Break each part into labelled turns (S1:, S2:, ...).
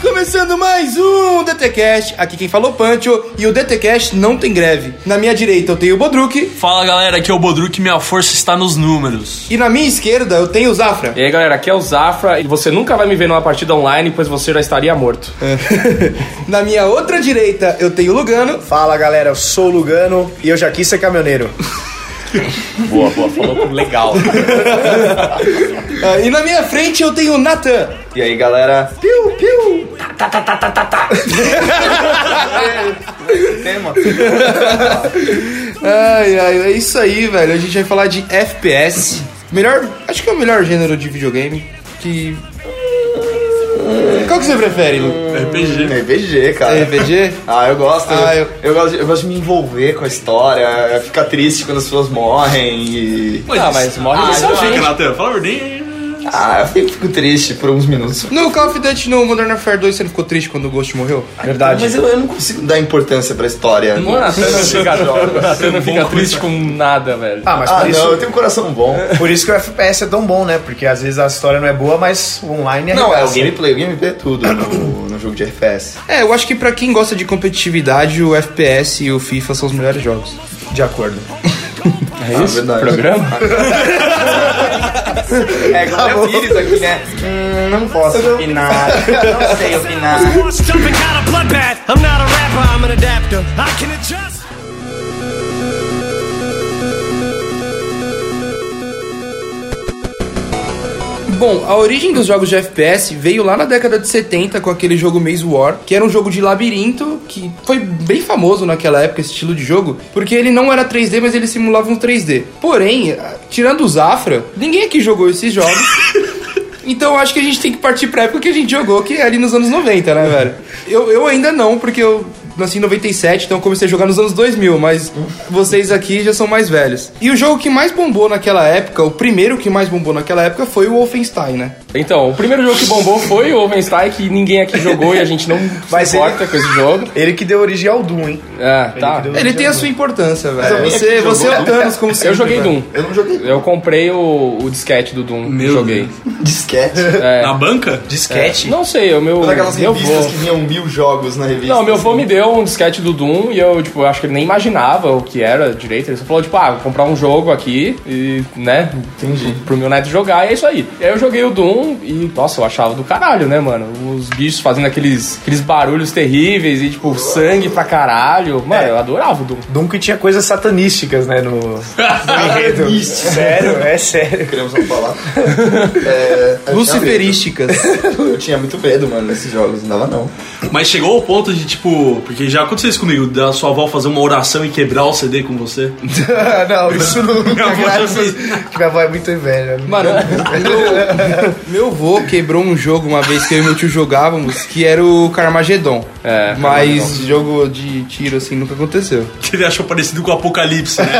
S1: Começando mais um DTCast, aqui quem falou Pancho, e o DTCast não tem greve. Na minha direita eu tenho o Bodruk,
S2: Fala galera, aqui é o Bodruk, minha força está nos números.
S1: e na minha esquerda eu tenho o Zafra.
S3: E aí galera, aqui é o Zafra e você nunca vai me ver numa partida online, pois você já estaria morto.
S1: É. Na minha outra direita eu tenho o Lugano,
S4: Fala galera, eu sou o Lugano e eu já quis ser caminhoneiro.
S5: Boa, boa, falou legal.
S1: ah, e na minha frente eu tenho o Natan.
S5: E aí, galera?
S1: Piu, piu.
S5: Tema.
S1: Ai, ai, é isso aí, velho. A gente vai falar de FPS. Melhor, acho que é o melhor gênero de videogame que... Ah, Qual que você prefere, Lu?
S2: RPG.
S5: RPG, cara.
S1: RPG?
S5: Ah, eu gosto.
S1: Ah,
S5: eu,
S1: eu-
S5: eu gosto de, eu gosto de me envolver com a história, ficar triste quando as pessoas morrem e.
S2: Ah, mas morre ah,
S5: isso é
S2: fica,
S5: gente.
S2: Natan. Fala a ordem aí.
S5: Ah, eu fico, fico triste por uns minutos.
S1: No Call of Duty no Modern Warfare 2 você não ficou triste quando o Ghost morreu?
S4: Verdade.
S5: Mas eu, eu não consigo dar importância pra história.
S3: Mano, Natan não fica, Natan não fica
S2: é Bom
S3: triste com nada, velho.
S4: Ah, mas
S5: Ah, não,
S4: por,
S5: eu
S4: isso,
S5: tenho um coração bom.
S4: por isso que o FPS é tão bom, né? Porque às vezes a história não é boa, mas o online é
S5: Não, é o
S4: arregaça.
S5: gameplay, o gameplay é tudo no, no jogo de FPS.
S1: É, eu acho que pra quem gosta de competitividade, o FPS e o FIFA são os melhores jogos.
S4: De acordo.
S5: É isso? verdade.
S3: Programa?
S5: É,
S4: Tá
S5: agora é o Pires aqui, né? Hum, não posso opinar. Não sei opinar.
S6: Once jumping out of bloodbath. I'm not a rapper, I'm an adapter. I can adjust.
S1: Bom, a origem dos jogos de FPS veio lá na década de 70 com aquele jogo Maze War, que era um jogo de labirinto que foi bem famoso naquela época esse estilo de jogo, porque ele não era 3D, mas ele simulava um 3D. Porém, ah, tirando o Zafra, ninguém aqui jogou esses jogos. Então eu acho que a gente tem que partir pra época que a gente jogou, que é ali nos anos 90, né, velho? Eu, eu ainda não, porque eu nasci em 97, então eu comecei a jogar nos anos 2000, mas vocês aqui já são mais velhos. E o jogo que mais bombou naquela época, o primeiro que mais bombou naquela época foi o Wolfenstein, né?
S3: Então, o primeiro jogo que bombou foi o Wolfenstein, que ninguém aqui jogou e a gente não
S4: Mas
S3: se importa com esse jogo.
S4: Ele que deu origem ao Doom, hein?
S3: Ah, tá.
S4: que deu-
S1: Ele tem a sua importância, velho.
S5: alguém
S1: Você,
S5: aqui jogou?
S1: você é o Thanos, como sempre.
S3: Eu joguei
S1: velho.
S3: Doom.
S5: Eu não joguei
S3: Eu comprei o, o disquete do Doom.
S2: Meu
S3: joguei.
S2: Deus.
S5: disquete.
S3: É.
S2: Na banca?
S4: Disquete.
S3: Não sei, o meu.
S5: Todas aquelas
S3: Meu
S5: revistas
S3: avô.
S5: que vinham mil jogos na revista. assim,
S3: Não, meu avô me deu um disquete do Doom e eu, tipo, acho que ele nem imaginava o que era direito. Ele só falou, tipo, ah, vou comprar um jogo aqui e, né,
S5: Entendi.
S3: pro- pro meu neto jogar e é isso aí. E aí eu joguei o Doom e, nossa, eu achava do caralho, né, mano? Os bichos fazendo aqueles, aqueles barulhos terríveis e, tipo, sangue pra caralho. Mano,
S4: É.
S3: eu adorava o Doom.
S4: Doom que tinha coisas satanísticas, né? No, no enredo. Sério, é sério.
S5: Queremos não falar. É, eu
S3: tá?
S1: Luciferísticas.
S5: tinha medo. Eu tinha muito medo, mano, nesses jogos. Não dava, não.
S2: Mas chegou ao ponto de, tipo, porque já aconteceu isso comigo, da sua avó fazer uma oração e quebrar o CD com você.
S4: não, isso não.
S2: Minha avó já
S4: graças- que Minha avó é muito velha.
S1: Mano, meu, meu vô quebrou um jogo uma vez que eu e meu tio jogávamos, que era o Carmageddon.
S3: É,
S1: Mas jogo de tiro, assim, nunca aconteceu.
S2: Que ele achou parecido com o Apocalipse, né?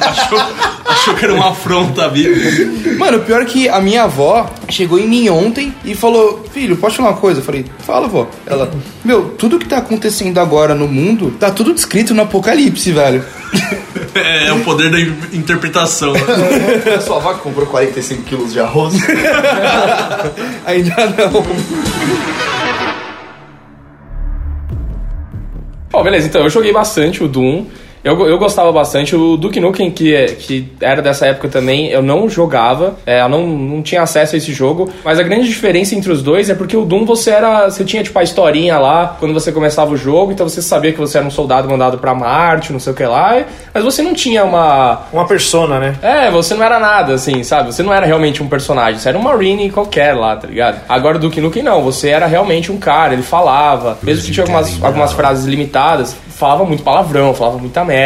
S2: achou, achou que era uma afronta à vida.
S1: Mano, pior é que a minha avó chegou em mim ontem e falou: Filho, posso te falar uma coisa? Eu falei: Fala, vó. Ela, meu, tudo que tá acontecendo agora no mundo tá tudo descrito no Apocalipse, velho.
S2: É, é o poder da in- interpretação. né?
S5: A sua avó que comprou 45 quilos de arroz.
S1: Ainda não.
S3: Bom, beleza, então eu joguei bastante o Doom. Eu, go- eu gostava bastante. O Duke Nukem, que, é- que era dessa época também, eu não jogava. é, eu não, não tinha acesso a esse jogo. Mas a grande diferença entre os dois é porque o Doom você era. Você tinha tipo a historinha lá quando você começava o jogo, então você sabia que você era um soldado mandado pra Marte, não sei o que lá. e- Mas você não tinha uma.
S4: Uma persona, né?
S3: É, você não era nada, assim, sabe? Você não era realmente um personagem, você era um Marine qualquer lá, tá ligado? Agora o Duke Nukem não, você era realmente um cara, ele falava, mesmo que tinha algumas, algumas frases limitadas, falava muito palavrão, falava muita merda.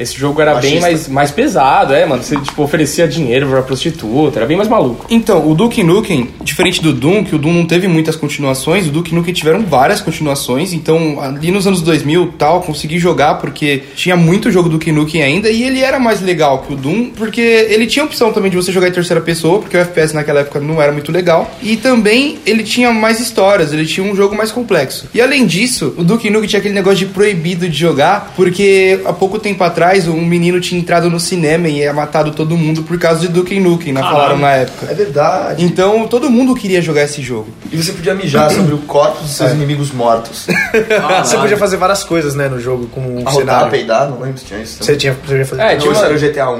S3: Esse jogo era bem mais, mais pesado, é, mano? Você, tipo, oferecia dinheiro pra prostituta, era bem mais maluco.
S1: Então, o Duke Nukem, diferente do Doom, que o Doom não teve muitas continuações, o Duke Nukem tiveram várias continuações, então ali nos anos 2000 e tal, consegui jogar porque tinha muito jogo Duke Nukem ainda e ele era mais legal que o Doom, porque ele tinha a opção também de você jogar em terceira pessoa, porque o FPS naquela época não era muito legal, e também ele tinha mais histórias, ele tinha um jogo mais complexo. E além disso, o Duke Nukem tinha aquele negócio de proibido de jogar, porque há pouco tempo atrás um menino tinha entrado no cinema e ia matado todo mundo por causa de Duke Nukem, na falaram na época.
S7: É verdade.
S1: Então todo mundo queria jogar esse jogo.
S7: E você podia mijar sobre o corpo dos seus inimigos mortos.
S4: Você podia fazer várias coisas, né, no jogo com o
S7: Rodar,
S4: cenário.
S7: peidar, não lembro se tinha isso.
S4: Você tinha, você podia fazer.
S3: É,
S7: Não,
S3: tinha
S7: isso
S3: uma-
S7: era o GTA 1.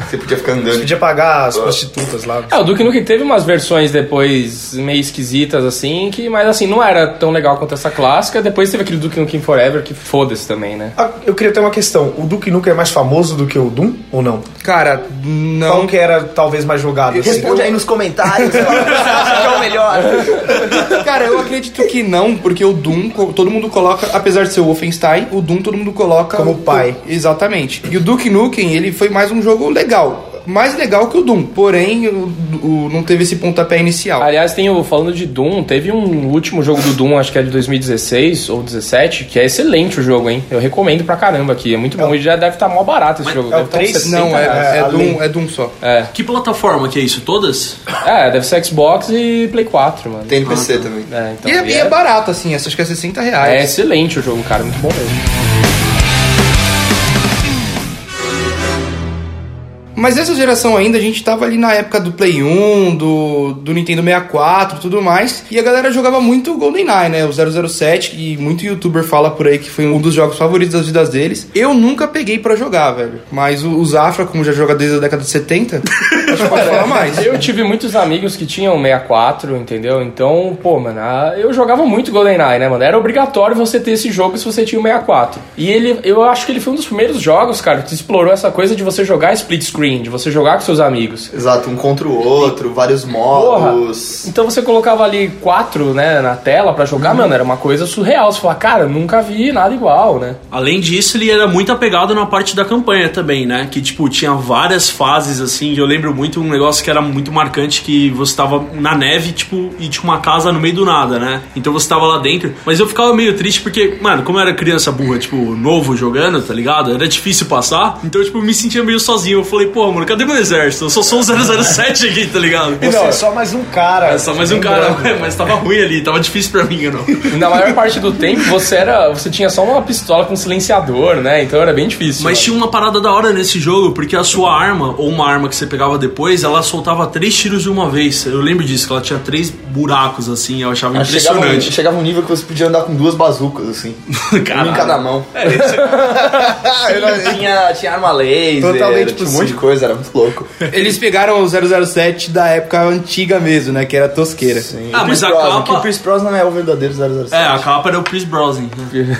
S7: Você podia ficar
S4: Você
S7: andando.
S4: podia pagar as prostitutas lá.
S3: É, o Duke Nukem teve umas versões depois meio esquisitas, assim, que, mas assim, não era tão legal quanto essa clássica. Depois teve aquele Duke Nukem Forever, que foda-se também, né?
S4: Ah, Eu queria ter uma questão. O Duke Nukem é mais famoso do que o Doom ou não?
S1: Cara,
S4: Qual
S1: não.
S4: que era talvez mais jogado? assim?
S7: Responde aí nos comentários. fala, Você acha que é o melhor?
S1: Cara, eu acredito que não, porque o Doom, co- todo mundo coloca, apesar de ser o Wolfenstein, o Doom todo mundo coloca.
S4: Como
S1: o-
S4: pai.
S1: Exatamente. E o Duke Nukem, ele foi mais um jogo legal. Mais legal que o Doom. Porém, o- o- não teve esse pontapé inicial.
S3: Aliás, tem o, falando de Doom, teve um último jogo do Doom, acho que é de 2016 ou 17, que é excelente o jogo, hein? Eu recomendo pra caramba aqui, é muito bom. E já deve estar mó barato esse jogo.
S4: é o
S3: deve tá uns
S4: três?
S3: 60
S1: Não,
S3: reais.
S1: é, é,
S4: além.
S1: Doom, é Doom só.
S2: Que plataforma que é isso? Todas?
S3: É, deve ser Xbox e Play 4, mano.
S7: Tem no PC também.
S3: É, então,
S1: e, é,
S3: e
S1: e é barato, assim, acho que é 60 reais.
S3: é excelente o jogo, cara, muito bom mesmo.
S1: Mas essa geração ainda, a gente tava ali na época do Play 1, do, do Nintendo 64 e tudo mais. E a galera jogava muito GoldenEye, né? O 007, que muito youtuber fala por aí que foi um dos jogos favoritos das vidas deles. Eu nunca peguei pra jogar, velho. Mas o, o Zafra, como já joga desde a década de 70, acho que pode falar mais.
S3: Eu tive muitos amigos que tinham 64, entendeu? Então, pô, mano, a- eu jogava muito GoldenEye, né, mano? Era obrigatório você ter esse jogo se você tinha o 64. E ele, eu acho que ele foi um dos primeiros jogos, cara, que explorou essa coisa de você jogar split screen, de você jogar com seus amigos.
S7: Exato, um contra o outro, vários
S3: Porra!
S7: modos.
S3: Então você colocava ali quatro, né, na tela pra jogar, mano, era uma coisa surreal. Você fala, cara, nunca vi nada igual, né?
S2: Além disso, ele era muito apegado na parte da campanha também, né? Que, tipo, tinha várias fases, assim. Eu lembro muito um negócio que era muito marcante, que você tava na neve, tipo, e tinha uma casa no meio do nada, né? Então você tava lá dentro. Mas eu ficava meio triste porque, mano, como eu era criança burra, tipo, novo jogando, tá ligado? Era difícil passar. Então, tipo, eu me sentia meio sozinho. Eu falei, pô, mano, cadê meu exército? Eu só sou um 007 aqui, tá ligado?
S4: Você é só mais um cara.
S2: É só mais um cara, mas tava ruim ali, tava difícil pra mim, eu não.
S3: Na maior parte do tempo você era, você tinha só uma pistola com silenciador, né? Então era bem difícil.
S2: Mas tinha uma parada da hora nesse jogo, porque a sua arma, ou uma arma que você pegava depois, ela soltava três tiros de uma vez. Eu lembro disso, que ela tinha três buracos, assim, eu achava
S7: Ah, Chegava um,
S2: impressionante.
S7: chegava um nível que você podia andar com duas bazucas, assim. Um em cada mão. Ele tinha, tinha arma laser,
S4: Totalmente
S7: tinha um
S4: possível.
S7: monte de coisa, era muito louco.
S1: Eles pegaram o 007 da época antiga mesmo, né? Que era tosqueira.
S2: Ah,
S7: O
S2: mas
S7: Pierce
S2: a
S7: Brosnan, que o
S2: capa...
S7: Chris Brosnan é o verdadeiro 007.
S2: É, a capa era o Chris Brosnan. né?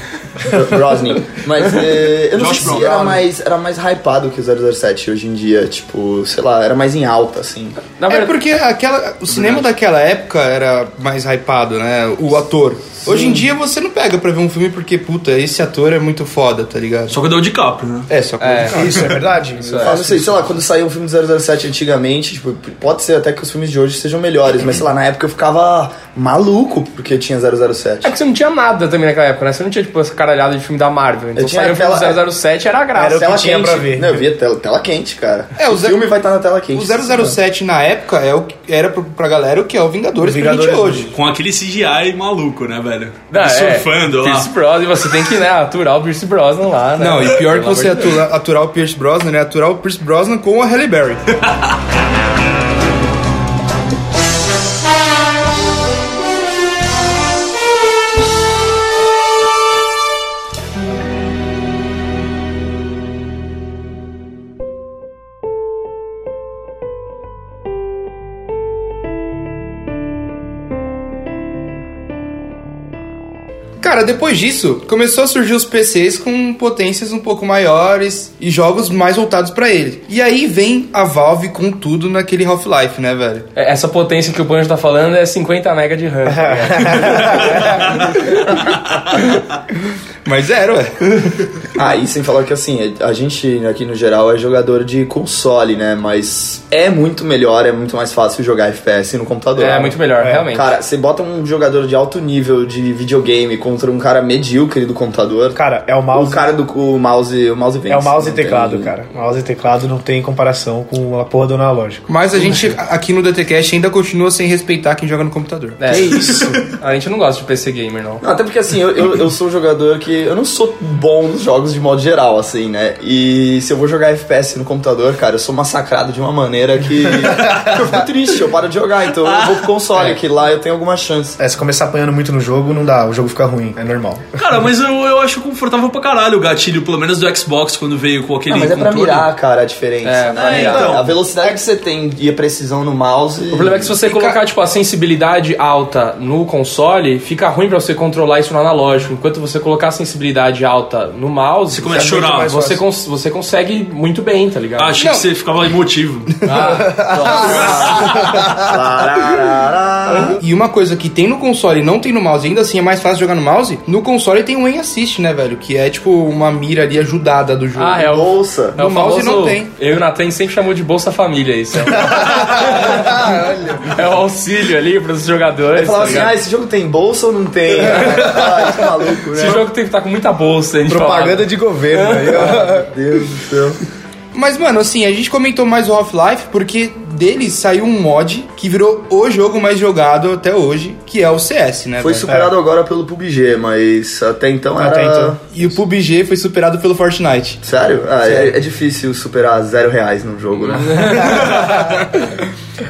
S7: Brosnan. Mas eh, eu não
S2: Josh
S7: sei
S2: Brolin.
S7: se era mais, era mais hypado que o 007 hoje em dia. Tipo, sei lá, era mais em alta, assim.
S3: Na
S1: É
S3: verdade,
S1: porque aquela, o cinema daquela época era mais hypado, né? O ator. Hoje em dia você não pega pra ver um filme porque, puta, esse ator é muito foda, tá ligado?
S2: Só que deu o DiCaprio, né?
S1: É, só que.
S4: Isso é verdade?
S7: Ah, não sei, sei lá, quando saiu um filme do 007 antigamente, tipo, pode ser até que os filmes de hoje sejam melhores, mas sei lá, na época eu ficava maluco porque tinha 007.
S3: é que você não tinha nada também naquela época, né? Você não tinha, tipo, essa caralhada de filme da Marvel. Então
S7: Eu tinha
S3: saiu o
S7: aquela-
S3: filme do 007, era a graça.
S4: Era o que tinha pra ver.
S7: Não, eu via tela, tela quente, cara.
S1: É, o
S7: o
S1: ze-
S7: filme vai estar na tela quente.
S1: O 007 na época é o que- era pro- pra galera o que é o Vingadores,
S4: Vingadores
S1: pra gente hoje.
S2: Com aquele CGI maluco, né, velho?
S3: Não,
S2: Ele
S3: é,
S2: surfando lá.
S3: Pierce Brosnan, você tem que, né, aturar o Pierce Brosnan lá, né?
S1: Não, e pior que
S3: Pelo
S1: você
S3: amor de Deus.
S1: atura- aturar o Pierce Brosnan, né? Aturar o Pierce Brosnan com a Halle Berry. Cara, depois disso, começou a surgir os PCs com potências um pouco maiores e jogos mais voltados pra ele. E aí vem a Valve com tudo naquele Half-Life, né, velho?
S3: É, Essa potência que o Banjo tá falando é 50 mega de RAM. tá
S1: Mas era, ué.
S7: Ah, e sem falar que assim, a gente aqui no geral é jogador de console, né? Mas é muito melhor, é muito mais fácil jogar FPS no computador.
S3: É, muito é melhor, realmente.
S7: Cara, você bota um jogador de alto nível de videogame com contra um cara medíocre do computador.
S4: Cara, é o
S7: o
S4: mouse.
S7: cara do o mouse, o mouse vence.
S4: é o mouse e
S7: não tem-
S4: teclado, cara. Mouse e teclado não tem comparação com a porra do analógico.
S1: Mas a gente aqui no DTCast ainda continua sem respeitar quem joga no computador.
S3: É. isso? A gente não gosta de PC Gamer, não.
S7: Não, até porque assim, eu, eu, eu sou um jogador que. Eu não sou bom nos jogos de modo geral, assim, né? E se eu vou jogar FPS no computador, cara, eu sou massacrado de uma maneira que. eu fico triste, eu paro de jogar, então eu vou pro
S3: É.
S7: console, que lá eu tenho alguma chance.
S4: É, se começar apanhando muito no jogo, não dá, o jogo fica ruim, é normal.
S2: Cara, mas eu, eu acho confortável pra caralho o gatilho, pelo menos do Xbox, quando veio com aquele
S7: Ah, mas é pra
S2: controle.
S7: mirar, cara, a diferença.
S3: É, pra
S7: Ah,
S2: mirar.
S7: então, a velocidade que você tem e a precisão no mouse.
S3: O problema é que se você colocar, tipo, a sensibilidade alta no console, fica ruim pra você controlar isso no analógico. Enquanto você colocar a sensibilidade alta no mouse,
S2: Você começa a
S3: fica muito
S2: chorar.
S3: mais Você, cons- você consegue muito bem, tá ligado?
S2: Ah, achei que você ficava emotivo.
S1: E uma coisa que tem no console e não tem no mouse, e ainda assim é mais fácil jogar no mouse, no console tem o aim assist, né, velho? Que é tipo uma mira ali ajudada do jogo.
S3: Ah, é o,
S7: Bolsa.
S3: é o
S1: No mouse
S3: famoso-
S1: não tem.
S3: Eu e o Natan sempre chamou de Bolsa Família isso. É o, é o auxílio ali pros jogadores.
S7: Eu falava
S3: tá
S7: assim,
S3: ligado?
S7: ah, esse jogo tem bolsa ou não tem? ah, que maluco,
S3: Esse
S7: né?
S3: jogo é tem que estar com muita bolsa, a gente "Ah,
S4: Propaganda
S3: falava.
S4: de governo aí, ó.
S7: Meu Deus do céu.
S1: Mas, mano, assim, a gente comentou mais o Half-Life porque dele saiu um mod que virou o jogo mais jogado até hoje, que é o CS, né?
S7: Foi
S1: velho?
S7: superado agora pelo PUBG, mas até então
S4: Até
S7: era...
S4: então.
S1: E o PUBG foi superado pelo Fortnite.
S7: Sério? Ah, É, é difícil superar zero reais num jogo, né?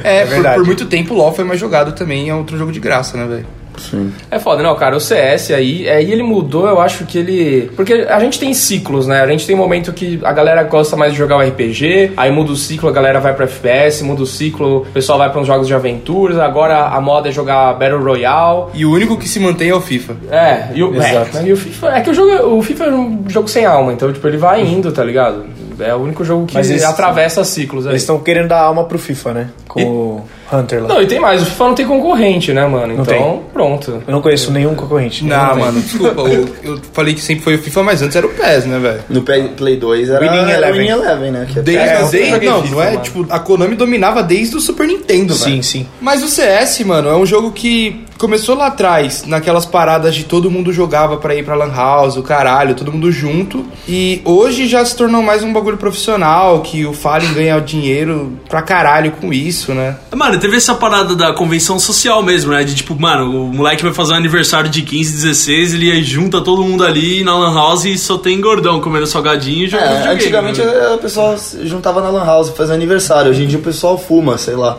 S1: É, por,
S4: verdade.
S1: por muito tempo o LoL foi mais jogado também, é outro jogo de graça, né, velho?
S7: Sim.
S3: É foda, não, cara, o CS aí, aí ele mudou, eu acho que ele. Porque a gente tem ciclos, né? A gente tem momento que a galera gosta mais de jogar o RPG, aí muda o ciclo, a galera vai pra FPS, muda o ciclo, o pessoal vai pra uns jogos de aventuras, agora a moda é jogar Battle Royale.
S1: E o único que se mantém é o FIFA.
S3: É, e o,
S4: Exato.
S3: é, e o FIFA. É que o, jogo, o FIFA é um jogo sem alma, então, tipo, ele vai indo, tá ligado? É o único jogo que
S4: Mas eles-
S3: atravessa ciclos é. aí.
S4: Eles estão querendo dar alma pro FIFA, né? Com o Hunter lá.
S3: Não, e tem mais, o FIFA não tem concorrente, né, mano?
S4: Não
S3: Então,
S4: tem.
S3: pronto.
S4: Eu não conheço nenhum concorrente.
S1: Não, mano, desculpa. o- eu falei que sempre foi o FIFA, mas antes era o PES, né, velho?
S7: No Play Play 2 era
S4: Winning Eleven.
S7: Winning Eleven, né? Que até-
S1: Desde,
S3: É, eu
S1: desde-
S3: joguei
S1: não,
S3: FIFA,
S1: não é,
S3: mano.
S1: tipo, a Konami dominava desde o Super Nintendo, velho.
S4: Sim, sim.
S1: Mas o CS, mano, é um jogo que começou lá atrás, naquelas paradas de todo mundo jogava pra ir pra Lan House, o caralho, todo mundo junto. E hoje já se tornou mais um bagulho profissional, que o Fallen ganha dinheiro pra caralho com isso, né?
S2: Mano, teve essa parada da convenção social mesmo, né? De tipo, mano, o moleque vai fazer um aniversário de 15, 16, ele aí junta todo mundo ali na Lan House e só tem gordão comendo salgadinho e
S7: É,
S2: jogando videogame,
S7: antigamente
S2: né?
S7: a pessoa se juntava na Lan House pra fazer aniversário. Hoje em dia o pessoal fuma, sei lá.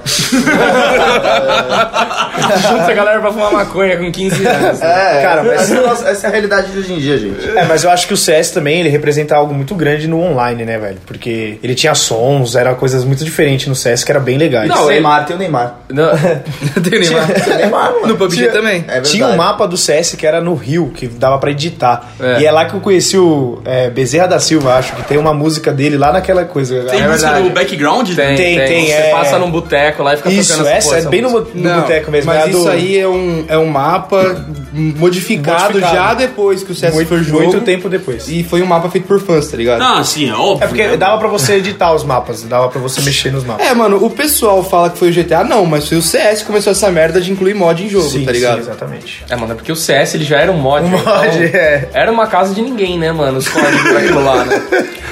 S3: Junta a galera pra fumar maconha com 15 anos. né?
S7: É,
S4: Cara, mas-
S7: essa, é a nossa- essa é a realidade de hoje em dia, gente.
S4: É, mas eu acho que o CS também, ele representa algo muito grande no online, né, velho? Porque ele tinha sons, era coisas muito diferentes no CS que era bem legais.
S3: Não,
S7: Não,
S3: ele-
S7: Neymar, tem o Neymar.
S3: Não-
S1: Tem Neymar.
S7: Tem o Neymar, mano.
S1: No PUBG também.
S7: É
S4: Tinha um
S7: verdade.
S4: mapa do CS que era no Rio, que dava pra editar.
S3: É.
S4: E é lá que eu conheci o é, Bezerra da Silva, acho, que tem uma música dele lá naquela coisa.
S2: Tem
S4: É
S2: música
S4: verdade.
S2: no background?
S3: Tem, tem.
S4: Tem, tem,
S3: Você
S4: é.
S3: passa num boteco lá e fica
S4: Isso,
S3: tocando
S4: essa
S3: porra,
S4: é bem no,
S3: música.
S4: bu- no boteco mesmo. é a
S1: Mas
S4: do-
S1: isso aí é um, é um mapa modificado,
S4: Modificado.
S1: já depois que o CS foi
S4: muito,
S1: jogo.
S4: muito tempo depois.
S1: E foi um mapa feito por fãs, tá ligado?
S2: Ah, sim, é óbvio.
S4: É porque
S2: né?
S4: dava pra você editar os mapas, dava pra você mexer nos mapas.
S1: É, mano, o pessoal fala que foi o GTA, não, mas foi o CS que começou essa merda de incluir mod em jogo, tá ligado?
S4: exatamente.
S3: É, mano, é porque o CS ele já era um mod.
S4: Um
S3: né? Então,
S4: mod, é.
S3: Era uma casa de ninguém, né, mano? Os códigos pra aquilo lá, né?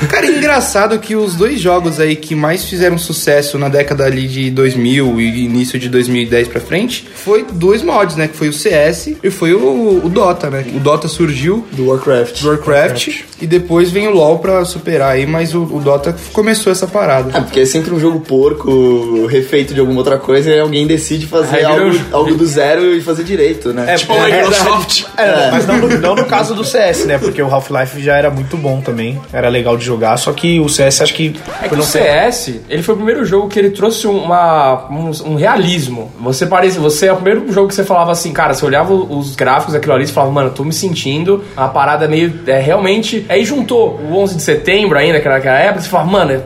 S1: Cara, é engraçado que os dois jogos aí que mais fizeram sucesso na década ali de 2000 e início de 2010 pra frente, foi dois mods, né? Que foi o CS e foi o, o Dota, né? O Dota surgiu
S7: Do Warcraft.
S1: do Warcraft, e depois vem o LoL pra superar aí, mas o, o Dota começou essa parada.
S7: É, porque é sempre um jogo porco, refeito de alguma outra coisa, e alguém decide fazer
S3: Aí vira
S7: algo,
S3: um-
S7: algo do zero e fazer direito, né?
S2: Tipo a Microsoft.
S4: É, mas não, no- não no caso do CS, né? Porque o Half-Life já era muito bom também, era legal de jogar, só que o CS acho que.
S3: É que
S4: por
S3: o
S4: não ser-
S3: CS, ele foi o primeiro jogo que ele trouxe uma, um, um realismo. Você parece, você é o primeiro jogo que você falava assim, cara, você olhava os gráficos daquilo ali, você falava, mano, eu tô me sentindo a parada meio, é realmente... Aí juntou o 11 de setembro ainda, que era naquela época, você falava, mano, é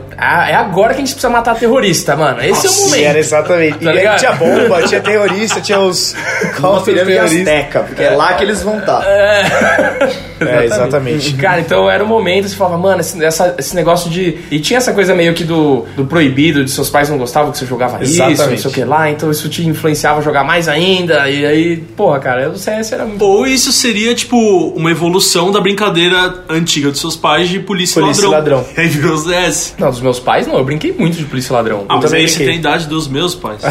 S3: é agora que a gente precisa matar terrorista, mano. Esse é o
S4: Sim,
S3: momento.
S4: era exatamente.
S3: Tá
S4: e aí
S3: ligado?
S4: tinha bomba, tinha terrorista, tinha os.
S7: uma
S4: Counter
S7: pirâmide
S4: terrorista.
S7: azteca, porque é lá que eles vão estar.
S4: É, exatamente.
S3: Cara, então era o momento, você falava, mano, esse- essa, essa- esse negócio de. E tinha essa coisa meio que do, do proibido, de seus pais não gostavam que você jogava isso, não
S4: Exatamente.
S3: sei o que lá, então isso te influenciava a jogar mais ainda. E aí, porra, cara, o CS era muito.
S2: Ou isso seria, tipo, uma evolução da brincadeira antiga dos seus pais de polícia,
S4: Polícia e
S2: ladrão. É,
S4: ladrão.
S2: Aí virou CS.
S3: Não, dos meus pais não, eu brinquei muito de polícia e ladrão.
S2: Ah, mas
S4: também
S2: aí você
S4: brinquei.
S2: tem a idade dos meus pais.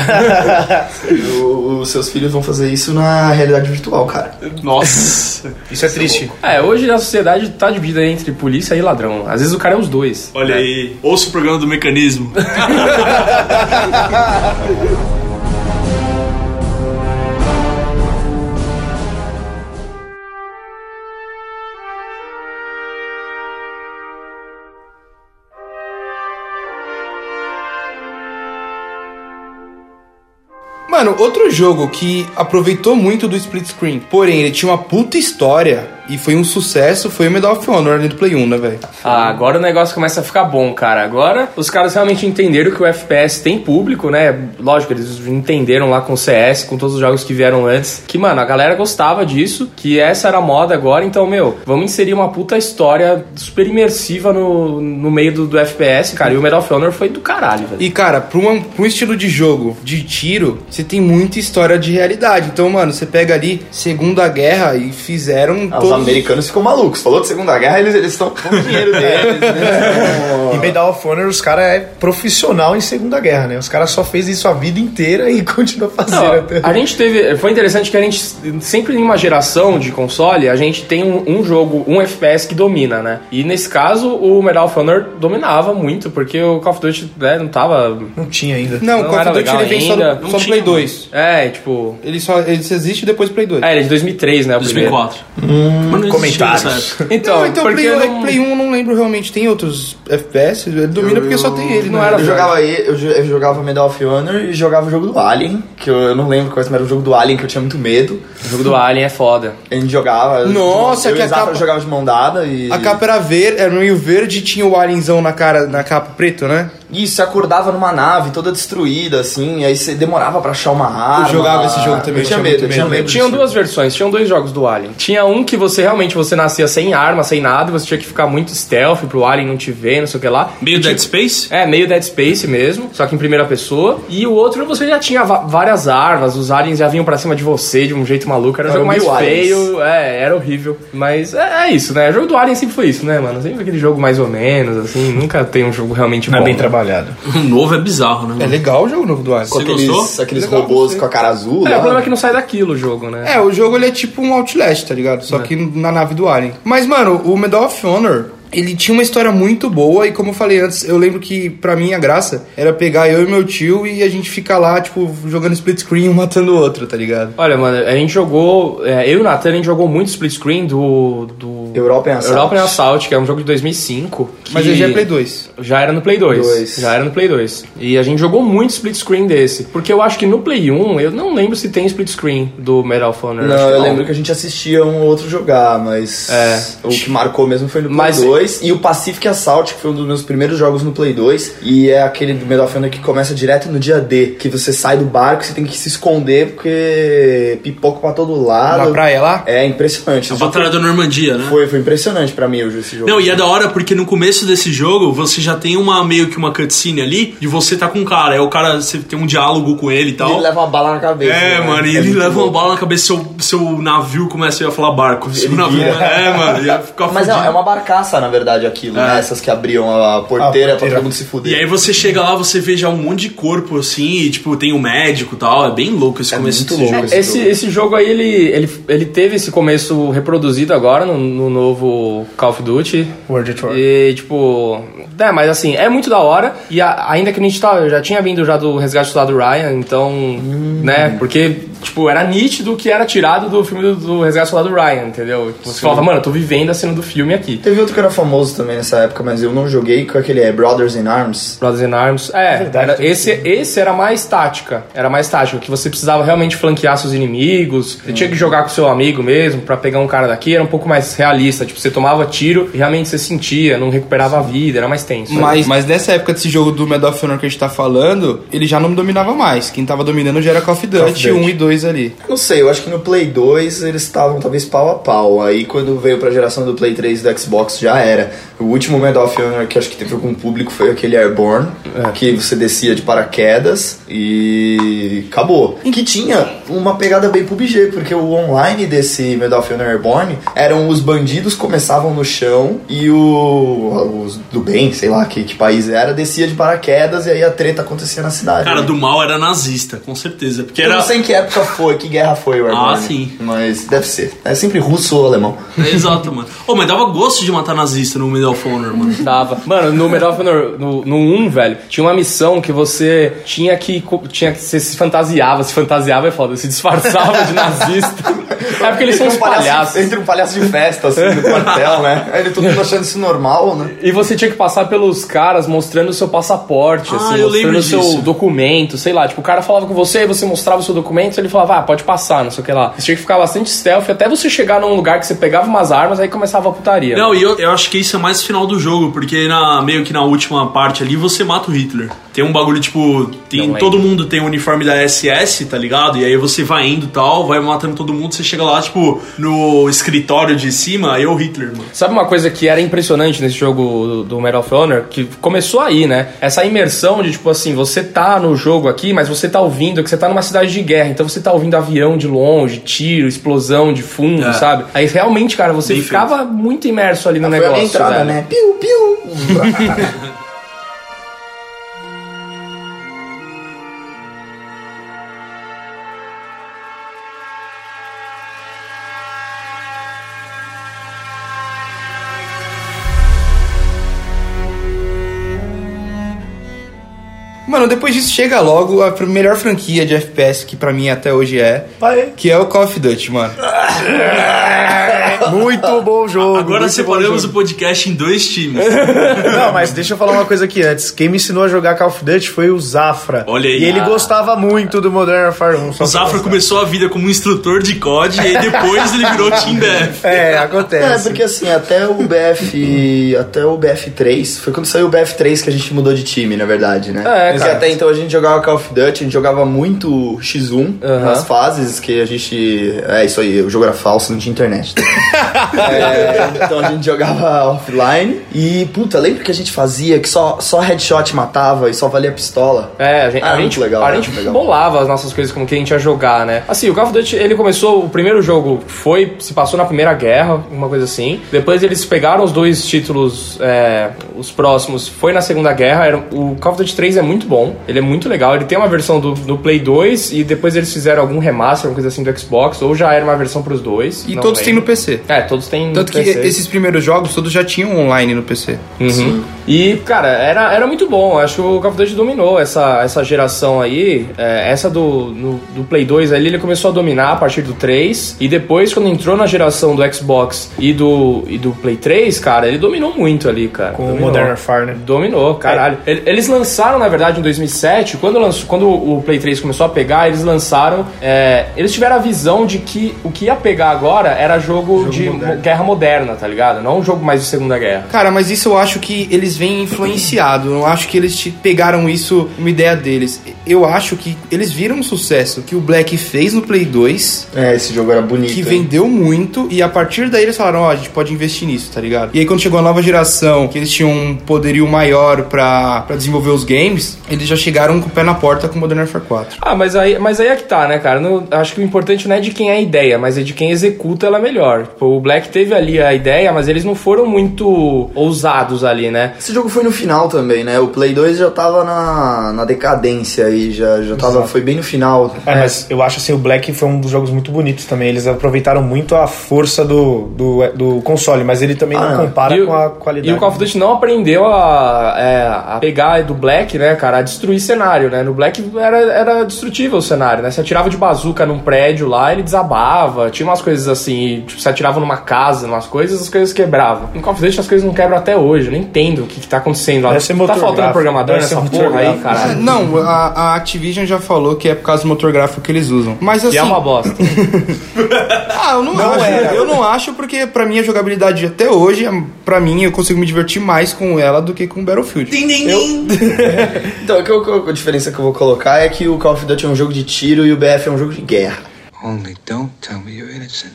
S7: O- Os seus filhos vão fazer isso na realidade virtual, cara.
S2: Nossa.
S4: Isso é triste.
S3: É, hoje a sociedade tá dividida entre polícia e ladrão. Às vezes o cara é os dois.
S2: Olha aí. Ouça o programa do mecanismo.
S1: Mano, outro jogo que aproveitou muito do split screen, porém ele tinha uma puta história e foi um sucesso, foi o Medal of Honor ali do Play 1, né, velho?
S3: Ah, agora o negócio começa a ficar bom, cara. Agora os caras realmente entenderam que o FPS tem público, né? Lógico, eles entenderam lá com o CS, com todos os jogos que vieram antes, que, mano, a galera gostava disso, que essa era a moda agora, então, meu, vamos inserir uma puta história super imersiva no, no meio do, do FPS, cara. E o Medal of Honor foi do caralho, velho.
S1: E, cara, pra um, pra um estilo de jogo de tiro, você tem muita história de realidade. Então, mano, você pega ali Segunda Guerra e fizeram
S7: Ah, Os
S1: todos-
S7: americanos ficam malucos. Falou de Segunda Guerra, eles eles estão com o dinheiro deles, né?
S4: E Medal of Honor, os caras é profissional em Segunda Guerra, né? Os caras só fez isso a vida inteira e continua fazendo
S3: Não,
S4: até.
S3: a gente teve. Foi interessante que a gente, sempre em uma geração de console, a gente tem um, um jogo, um FPS que domina, né? E nesse caso, o Medal of Honor dominava muito, porque o Call of Duty né, não tava.
S4: Não tinha ainda.
S1: Não,
S3: Não
S1: o Call
S3: era
S1: of Duty
S3: legal
S1: ele vem só,
S3: ainda,
S1: no-
S2: não
S1: só no
S2: tinha
S1: Play
S2: muito.
S1: 2.
S3: É, tipo.
S1: Ele só ele só existe depois do Play 2.
S3: É, ele é de 2003, né? O primeiro.
S2: 2004. Mas não existia nessa
S4: comentários.
S2: época.
S3: Então,
S1: não, então
S3: porque
S1: Play, 1
S3: não-
S1: Play 1 eu não lembro realmente. Tem outros FPS? Ele domina porque só tem ele,
S7: Eu-
S1: não
S7: eu
S1: era
S7: jogava aí, eu, jo- eu jogava Medal of Honor e jogava o jogo do Alien, que eu, eu não lembro qual era o jogo do Alien, que eu tinha muito medo.
S1: um.
S3: O jogo do Alien é foda.
S7: A gente jogava.
S1: Nossa,
S7: eu
S1: que
S7: e
S1: a
S7: o Zafra
S1: capa-
S7: jogava de mão dada e.
S1: A capa era verde, era meio verde e tinha o alienzão na cara, na capa preto, né?
S7: Isso, você acordava numa nave toda destruída, assim, e aí você demorava pra achar uma arma.
S1: jogava esse jogo também,
S7: Eu tinha
S1: eu tinha
S7: medo, eu
S1: muito
S7: tinha
S1: medo.
S7: medo.
S3: Tinham
S7: disso.
S3: duas versões, tinham dois jogos do Alien. Tinha um que você realmente você nascia sem arma, sem nada, você tinha que ficar muito stealth pro Alien não te ver, não sei o que lá.
S2: Meio Dead Space?
S3: É, meio Dead Space mesmo, só que em primeira pessoa. E o outro você já tinha va- várias armas, os aliens já vinham pra cima de você de um jeito maluco, era um
S7: Eram
S3: jogo mais
S7: mil aliens.
S3: feio, é, era horrível. Mas é, é isso, né? O jogo do Alien sempre foi isso, né, mano? Sempre aquele jogo mais ou menos, assim, nunca tem um jogo realmente
S4: Não é
S3: bom.
S4: bem
S3: né?
S4: trabalhado.
S2: O novo é bizarro, né?
S1: É legal o jogo novo do Alien.
S7: Com
S2: Você
S7: aqueles,
S2: gostou?
S7: aqueles
S1: Legal,
S7: robôs
S1: gostei.
S7: com a cara azul.
S3: É,
S7: lá.
S3: o problema é que não sai daquilo o jogo, né?
S1: É, o jogo ele é tipo um Outlast, tá ligado? Só que na nave do Alien. Mas, mano, o Medal of Honor, ele tinha uma história muito boa e como eu falei antes, eu lembro que pra mim a graça era pegar eu e meu tio e a gente ficar lá, tipo, jogando split screen um matando o outro, tá ligado?
S3: Olha, mano, a gente jogou. é, eu e o Nathan, a gente jogou muito split screen do. do
S7: European Assault.
S3: European Assault, que é um jogo de 2005.
S1: Mas
S3: que-
S1: ele já é Play 2.
S3: Já era no Play 2.
S7: Dois.
S3: Já era no Play 2. E a gente jogou muito split screen desse. Porque eu acho que no Play 1, eu não lembro se tem split screen do Medal of Honor. acho
S7: Não,
S3: que
S7: eu lembro que a gente assistia um outro jogar, mas
S3: É.
S7: o que marcou mesmo foi no Play
S3: Mas-
S7: 2 e o Pacific Assault, que foi um dos meus primeiros jogos no Play 2, e é aquele do Medal of Honor que começa direto no dia D, que você sai do barco, você tem que se esconder porque pipoca pra todo lado.
S1: Na praia lá?
S7: É impressionante.
S2: A
S7: Esse jogo
S2: Batalha da Normandia, né?
S7: Foi, foi impressionante pra mim hoje esse jogo.
S2: Não, e é da hora porque no começo desse jogo você já tem uma meio que uma cutscene ali de você tá com um cara, é o cara, você tem um diálogo com ele e tal.
S7: Ele leva uma bala na cabeça.
S2: É,
S7: né?
S2: mano, e
S7: É
S2: ele
S7: muito
S2: leva
S7: louco.
S2: uma bala na cabeça, seu, seu navio começa eu ia falar barco. Seu
S7: Ele
S2: navio,
S7: guia.
S2: é, mano, ia ficar
S7: Mas
S2: fudido.
S7: é, é uma barcaça, na verdade, aquilo, né? Essas que abriam a porteira,
S4: A porteira.
S7: pra todo mundo se fuder.
S2: É. E aí você chega lá, você vê já um monte de corpo assim, e tipo, tem um médico e tal. É bem louco esse
S7: É
S2: começo
S7: muito
S2: desse jogo.
S7: louco esse
S3: Esse,
S7: jogo.
S3: esse jogo aí, ele, ele, ele teve esse começo reproduzido agora no, no novo Call of Duty.
S4: World at War.
S3: E, tipo... É, mas assim, é muito da hora. E a- ainda que a gente tá, já tinha vindo já do Resgate do Soldado Ryan, então... Né? Porque, tipo, era nítido que era tirado do filme do, do Resgate do Soldado Ryan, entendeu? Tipo, Você falava, mano, eu tô vivendo a cena do filme aqui.
S7: Teve outro que era famoso também nessa época, mas eu não joguei, que é aquele é Brothers in Arms.
S3: Brothers in Arms. É, era- esse, esse era mais tática. Era mais tática, que você precisava realmente flanquear seus inimigos. Você tinha que jogar com seu amigo mesmo pra pegar um cara daqui. Era um pouco mais realista. Tipo, você tomava tiro e realmente você sentia, não recuperava a vida, era mais tenso.
S1: Mas, mas nessa época desse jogo do Medal of Honor que a gente tá falando, ele já não dominava mais. Quem tava dominando já era Call of Duty,
S4: Duty.
S1: 1 e 2 coisa ali.
S7: Não sei, eu acho que no Play 2 eles estavam talvez pau a pau. Aí quando veio pra geração do Play 3 e do Xbox já era. O último Medal of Honor que acho que teve algum público foi aquele Airborne, que você descia de paraquedas e acabou. E que tinha uma pegada bem PUBG, porque o online desse Medal of Honor Airborne eram os bandidos começavam no chão e o os do bem, sei lá que, que país era, descia de paraquedas e aí a treta acontecia na cidade.
S2: Cara,
S7: né?
S2: do mal era nazista, com certeza. Porque
S7: Eu
S2: era.
S7: não sei em que época foi, que guerra foi o Airborne.
S2: Ah, sim.
S7: Mas deve ser. É sempre russo ou alemão.
S2: Exato, mano. Ô, mas dava gosto de matar nazista no Medal of Honor, mano.
S3: Dava. Mano, no Medal of Honor, no, no 1, velho, tinha uma missão que você tinha que. co- Tinha que você se fantasiava, se fantasiava é foda, se disfarçava de nazista. É porque eles são uns
S7: um palhaço-
S3: palhaços.
S7: Entre um palhaço de festa, assim, do quartel, né? Aí ele todo mundo achando isso normal, né?
S3: E você tinha que passar pelos caras mostrando o seu passaporte,
S2: Ah,
S3: assim,
S2: eu
S3: mostrando
S2: lembro
S3: o seu
S2: disso.
S3: documento, sei lá. Tipo, o cara falava com você, você mostrava o seu documento, ele falava, ah, pode passar, não sei o que lá. Você tinha que ficar bastante stealth até você chegar num lugar que você pegava umas armas, aí começava a putaria.
S2: Não, e eu, eu acho que isso é mais final do jogo, porque na, meio que na última parte ali você mata o Hitler. Tem um bagulho tipo. Tem,
S3: Não
S2: todo mundo tem o uniforme da SS, tá ligado? E aí você vai indo e tal, vai matando todo mundo, você chega lá, tipo, no escritório de cima, aí é o Hitler, mano.
S3: Sabe uma coisa que era impressionante nesse jogo do- do Medal of Honor? Que começou aí, né? Essa imersão de, tipo assim, você tá no jogo aqui, mas você tá ouvindo, que você tá numa cidade de guerra, então você tá ouvindo avião de longe, tiro, explosão de fundo,
S2: É.
S3: sabe? Aí realmente, cara, você
S2: Bem
S3: ficava muito imerso ali no
S7: Foi a
S3: negócio.
S7: minha entrada,
S3: velho.
S7: né? Piu, piu.
S1: Mano, depois disso chega logo a pr- melhor franquia de FPS que pra mim até hoje é,
S4: Vai.
S1: que é o Call of Duty, mano.
S4: Muito bom jogo.
S2: Agora
S4: muito bom
S2: separamos
S4: jogo.
S2: o podcast em dois times.
S4: Não, mas deixa eu falar uma coisa aqui antes. Quem me ensinou a jogar Call of Duty foi o Zafra.
S2: Olha aí.
S4: E ele
S2: Ah.
S4: gostava muito do Modern Warfare 1. só
S2: O
S4: pra
S2: Zafra
S4: mostrar.
S2: começou a vida como um instrutor de COD e aí depois ele virou Team Death.
S4: É,
S7: É,
S4: acontece.
S7: porque assim, até o BF. até o BF3. Foi quando saiu o BF3 que a gente mudou de time, na verdade, né?
S3: É,
S7: Porque
S3: cara.
S7: até então a gente jogava Call of Duty, a gente jogava muito X1
S3: Aham.
S7: nas fases, que a gente. É isso aí, o jogo era falso, não tinha internet. É, então a gente jogava offline. E, puta, lembra que a gente fazia que só, só headshot matava e só valia pistola?
S3: É, a gente,
S7: Ah,
S3: a
S7: muito
S3: gente,
S7: legal,
S3: a
S7: né?
S3: gente
S7: Muito legal.
S3: bolava as nossas coisas como que a gente ia jogar, né? Assim, o Call of Duty, ele começou, o primeiro jogo foi, se passou na Primeira Guerra, uma coisa assim. Depois eles pegaram os dois títulos, é, os próximos, foi na Segunda Guerra. Era, o Call of Duty 3 é muito bom, ele é muito legal. Ele tem uma versão do, do Play 2 e depois eles fizeram algum remaster, alguma coisa assim do Xbox, ou já era uma versão pros dois.
S1: E
S3: não
S1: todos têm no
S3: lembro.
S1: PC.
S3: É, todos têm no
S1: Tanto que
S3: PC.
S1: esses primeiros jogos todos já tinham online no PC.
S3: Uhum. E, cara, era, era muito bom. Acho que o Call of Duty dominou essa, essa geração aí. É, essa do, no- do Play 2 ali, ele começou a dominar a partir do 3. E depois, quando entrou na geração do Xbox e do, e do Play 3, cara, ele dominou muito ali, cara.
S4: Com o
S3: dominou.
S4: Modern Warfare, né?
S3: Dominou, caralho. Ele- Eles lançaram, na verdade, em 2007, quando, lançou, quando o Play 3 começou a pegar, eles lançaram. é, eles tiveram a visão de que o que ia pegar agora era jogo, de mo- guerra moderna, tá ligado? Não um jogo mais de Segunda Guerra.
S1: Cara, mas isso eu acho que eles vêm influenciado. Eu não acho que eles te pegaram isso, uma ideia deles. Eu acho que eles viram um sucesso que o Black fez no Play 2,
S7: É, esse jogo era bonito.
S1: que
S7: hein?
S1: vendeu muito, e a partir daí eles falaram: ó, a gente pode investir nisso, tá ligado? E aí quando chegou a nova geração, que eles tinham um poderio maior pra, pra desenvolver os games, eles já chegaram com o pé na porta com o Modern Warfare 4.
S3: Ah, mas aí, mas aí é que tá, né, cara? Não- acho que o importante não é de quem é a ideia, mas é de quem executa ela melhor. Tipo, o Black teve ali a ideia, mas eles não foram muito ousados ali, né?
S7: Esse jogo foi no final também, né? O Play 2 já tava na, na decadência aí, já, já tava, foi bem no final.
S4: É, mas eu acho assim, o Black foi um dos jogos muito bonitos também. Eles aproveitaram muito a força do, do, do console, mas ele também
S7: Ah,
S4: não
S7: não.
S4: compara
S3: E o-
S4: com a qualidade.
S3: E o Call of Duty não aprendeu a, é, a pegar do Black, né, cara, a destruir cenário, né? No Black era, era destrutível o cenário, né? Você atirava de bazuca num prédio lá, ele desabava, tinha umas coisas assim, e, tipo, você atirava numa casa, umas coisas, as coisas quebravam. No Call of Duty as coisas não quebram até hoje, eu não entendo o que, que tá acontecendo lá.
S4: Deve ser
S3: tá
S4: motor
S3: faltando
S4: gráfico,
S3: programador
S4: deve ser
S3: nessa
S4: motor
S3: porra aí,
S4: gráfico.
S3: caralho.
S1: Não, a, a Activision já falou que é por causa do motor gráfico que eles usam. Mas assim.
S3: Que é uma bosta.
S1: Ah, eu não, acho. Eu não acho porque pra mim a jogabilidade até hoje, é- pra mim eu consigo me divertir mais com ela do que com Battlefield.
S7: Então, o que eu- o que a diferença que eu vou colocar é que o Call of Duty é um jogo de tiro e o BF é um jogo de guerra.
S8: Only don't tell me you're innocent,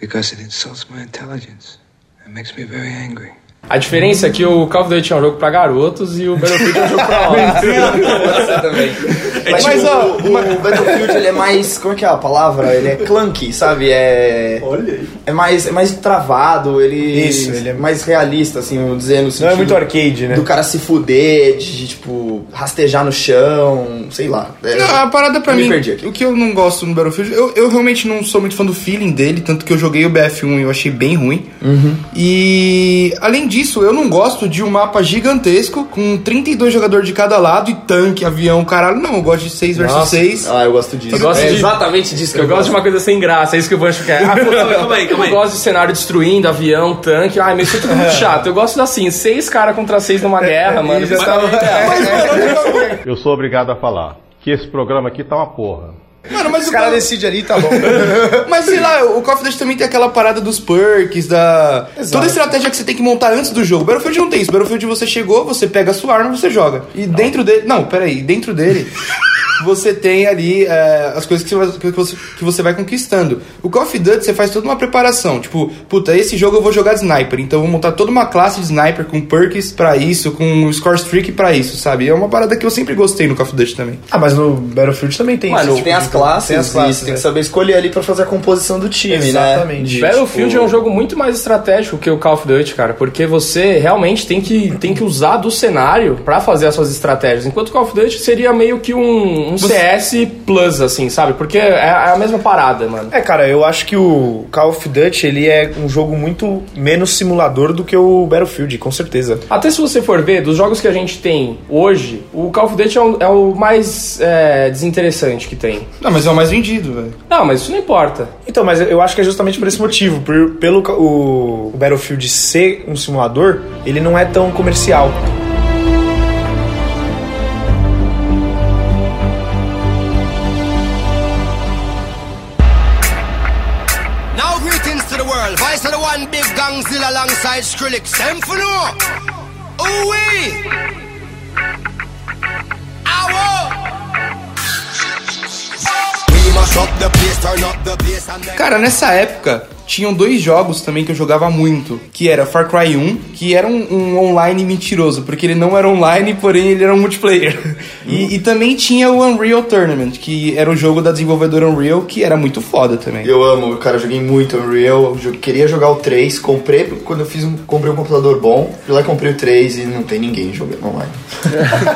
S8: because it insults my intelligence and makes me very angry.
S3: A diferença é que o Call of Duty é um jogo pra garotos e o Battlefield é um jogo pra homens.
S7: Você também. Mas,
S1: Mas,
S7: tipo,
S1: ó,
S7: o, o Battlefield ele é mais. Como é que é a palavra? Ele é clunky, sabe? É. Olha aí. É mais, é mais travado, ele.
S4: Isso, ele é-
S7: mais realista, assim, vamos dizer, no sentido.
S4: Não é muito arcade, né?
S7: Do cara se fuder, de, tipo, rastejar no chão, sei lá. É-
S1: Não, a parada pra
S7: Me
S1: mim,
S7: perdi aqui.
S1: o que eu não gosto no Battlefield, eu, eu realmente não sou muito fã do feeling dele, tanto que eu joguei o BF1 e eu achei bem ruim. E além disso, eu não gosto de um mapa gigantesco com 32 jogadores de cada lado e tanque, avião, caralho. Não, eu gosto de 6 versus 6.
S7: Ah, eu gosto disso.
S3: Eu gosto
S7: É,
S3: de-
S7: exatamente disso que eu,
S3: Eu gosto de uma coisa sem graça, é isso que o Bancho quer. Ah, pô,
S2: Calma aí, calma aí.
S3: Eu gosto de cenário destruindo, avião, tanque. Ai, mas isso é tudo muito chato. Eu gosto assim, seis caras contra seis numa guerra, mano. tá Isso
S1: é.
S9: Eu sou obrigado a falar que esse programa aqui tá uma porra.
S1: Mano, mas
S4: Os
S1: o
S4: caras
S1: cara
S4: decidem ali, tá bom.
S1: Mas sei lá, o Call of Duty também tem aquela parada dos perks, da. Toda a estratégia que você tem que montar antes do jogo. Battlefield não tem isso. Battlefield você chegou, você pega a sua arma, você joga. E dentro dele. Não, peraí, dentro dele. Você tem ali é, as coisas que você, vai- que, você, que você vai conquistando. O Call of Duty você faz toda uma preparação. Tipo, puta, esse jogo eu vou jogar de sniper. Então eu vou montar toda uma classe de sniper com perks pra isso, com score streak pra isso, sabe? É uma parada que eu sempre gostei no Call of Duty também.
S4: ah, mas no Battlefield também tem
S7: Mano,
S4: esse tipo
S7: tem
S4: de
S7: as
S4: coisa.
S7: classes,
S4: Tem as
S7: e
S4: classes.
S7: você tem
S4: é.
S7: que saber escolher ali pra fazer a composição do time, né?
S4: Exatamente.
S7: De,
S3: Battlefield
S7: tipo,
S3: é um jogo muito mais estratégico que o Call of Duty, cara, porque você realmente tem que, tem que usar do cenário pra fazer as suas estratégias. Enquanto o Call of Duty seria meio que um, um CS Plus, assim, sabe? Porque é, é a mesma parada, mano.
S4: É, cara, eu acho que o Call of Duty ele é um jogo muito menos simulador do que o Battlefield, com certeza.
S3: Até se você for ver, dos jogos que a gente tem hoje, o Call of Duty é, um- é o mais é, desinteressante que tem.
S1: Não, mas é o mais vendido, velho.
S3: Não, mas isso não importa.
S4: Então, mas eu acho que é justamente por esse motivo, por- pelo ca- o, o Battlefield ser um simulador, ele não é tão comercial.
S6: Now greetings to the world. Vice of the one big gangzilla alongside Skrillex. Them for no. Ooh wee. We must up the place, turn up the place and then...
S1: Cara, nessa época tinham dois jogos também que eu jogava muito, que era Far Cry 1, que era um, um online mentiroso, porque ele não era online, porém ele era um multiplayer. E, e também tinha o Unreal Tournament, que era um jogo da desenvolvedora Unreal, que era muito foda também.
S7: Eu amo, cara, eu joguei muito Unreal, eu jo- queria jogar o 3, comprei quando eu fiz um, comprei um computador bom, fui lá e comprei o 3 e não tem ninguém jogando online.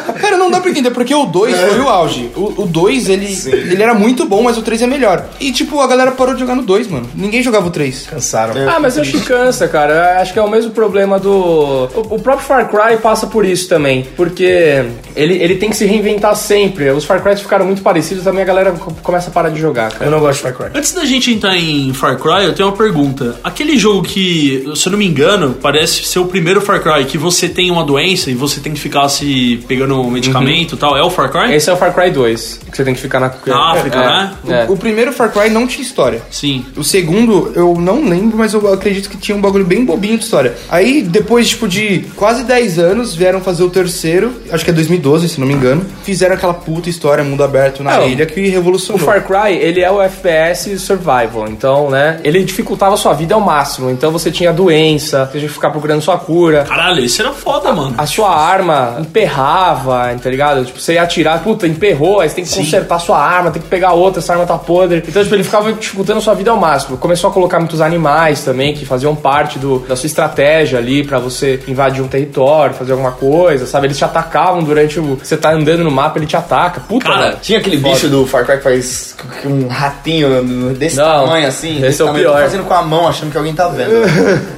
S1: Ah, Cara, não dá pra entender, porque o 2 foi o auge. O o 2, ele, ele era muito bom, mas o 3 é melhor. E tipo, a galera parou de jogar no 2, mano. Ninguém jogava o 3.
S4: Cansaram.
S7: É.
S3: Ah, mas eu acho que cansa, cara. Eu Acho que é o mesmo problema do. O o próprio Far Cry passa por isso também. Porque ele, ele tem que se reinventar sempre. Os Far Cry ficaram muito parecidos, também a galera co- começa a parar de jogar, cara.
S4: Eu não gosto de Far Cry.
S2: Antes da gente entrar em Far Cry, eu tenho uma pergunta. Aquele jogo que, se eu não me engano, parece ser o primeiro Far Cry que você tem uma doença e você tem que ficar se pegando um medicamento e tal, é o Far Cry?
S3: Esse é o Far Cry 2, que você tem que ficar na.
S2: Na África,
S3: É,
S2: né?
S3: é.
S1: O primeiro Far Cry não tinha história.
S2: Sim.
S1: O segundo, eu não lembro, mas eu acredito que tinha um bagulho bem bobinho de história. Aí, depois, tipo, de quase 10 anos, vieram fazer o terceiro, acho que é 2012, se não me engano. Fizeram aquela puta história, mundo aberto na
S3: Não.
S1: ilha, que
S3: O
S1: revolucionou.
S3: Far Cry, ele é o FPS Survival, então, né? Ele dificultava a sua vida ao máximo. Então você tinha doença, você tinha que ficar procurando sua cura.
S2: Caralho, esse era foda, mano.
S3: A sua arma emperrava, tá ligado? Tipo, você ia atirar, puta, emperrou, aí você tem que consertar sua arma, tem que pegar outra, essa arma tá podre. Então, tipo, ele ficava dificultando a sua vida ao máximo. Começou a colocar muitos animais também, que faziam parte do, da sua estratégia ali pra você invadir um território, fazer alguma coisa, sabe? Eles te atacavam durante o. Você tá andando no mapa, ele te ataca. Puta,
S2: Cara,
S3: mano.
S7: Tinha aquele bicho do Far Cry que faz c- um ratinho desse
S3: Não,
S7: tamanho assim.
S3: esse
S7: desse
S3: é o
S7: tamanho, eu tô
S3: pior.
S7: fazendo com a mão, achando que alguém tá vendo.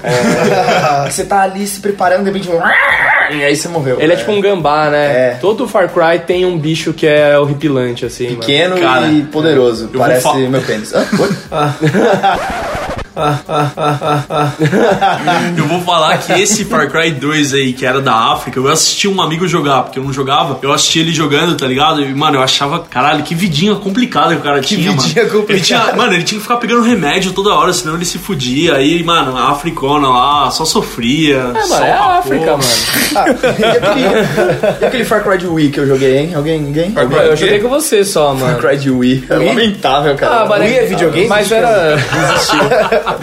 S7: É. Você tá ali se preparando, de repente. um- E aí você morreu.
S3: Ele é tipo um gambá, né?
S7: É.
S3: Todo Far Cry tem um bicho que é horripilante, assim. mano.
S7: pequeno
S2: Cara,
S7: e poderoso.
S2: vou
S7: Parece
S2: fa-
S7: meu pênis. Ah, oi? ah, ah, ah, ah,
S2: Eu vou falar que esse Far Cry 2 aí, que era da África, eu assisti um amigo jogar, porque eu não jogava. Eu assisti ele jogando, tá ligado? E, mano, eu achava, caralho, que vidinha complicada que o cara tinha,
S4: vidinha
S2: mano.
S4: complicada.
S2: Ele tinha, mano, ele tinha que ficar pegando remédio toda hora, senão ele se fudia. Aí, mano, a africona lá só sofria.
S3: É,
S2: só
S3: mano, é a
S2: rapou.
S3: África, mano.
S7: E aquele, e aquele Far Cry de Wii que eu joguei, hein? Alguém? Ninguém? Far
S3: Eu joguei com você só, mano.
S7: Cry de Wii. É lamentável, cara.
S3: Ah, mas
S7: Wii é videogame?
S3: Mas era.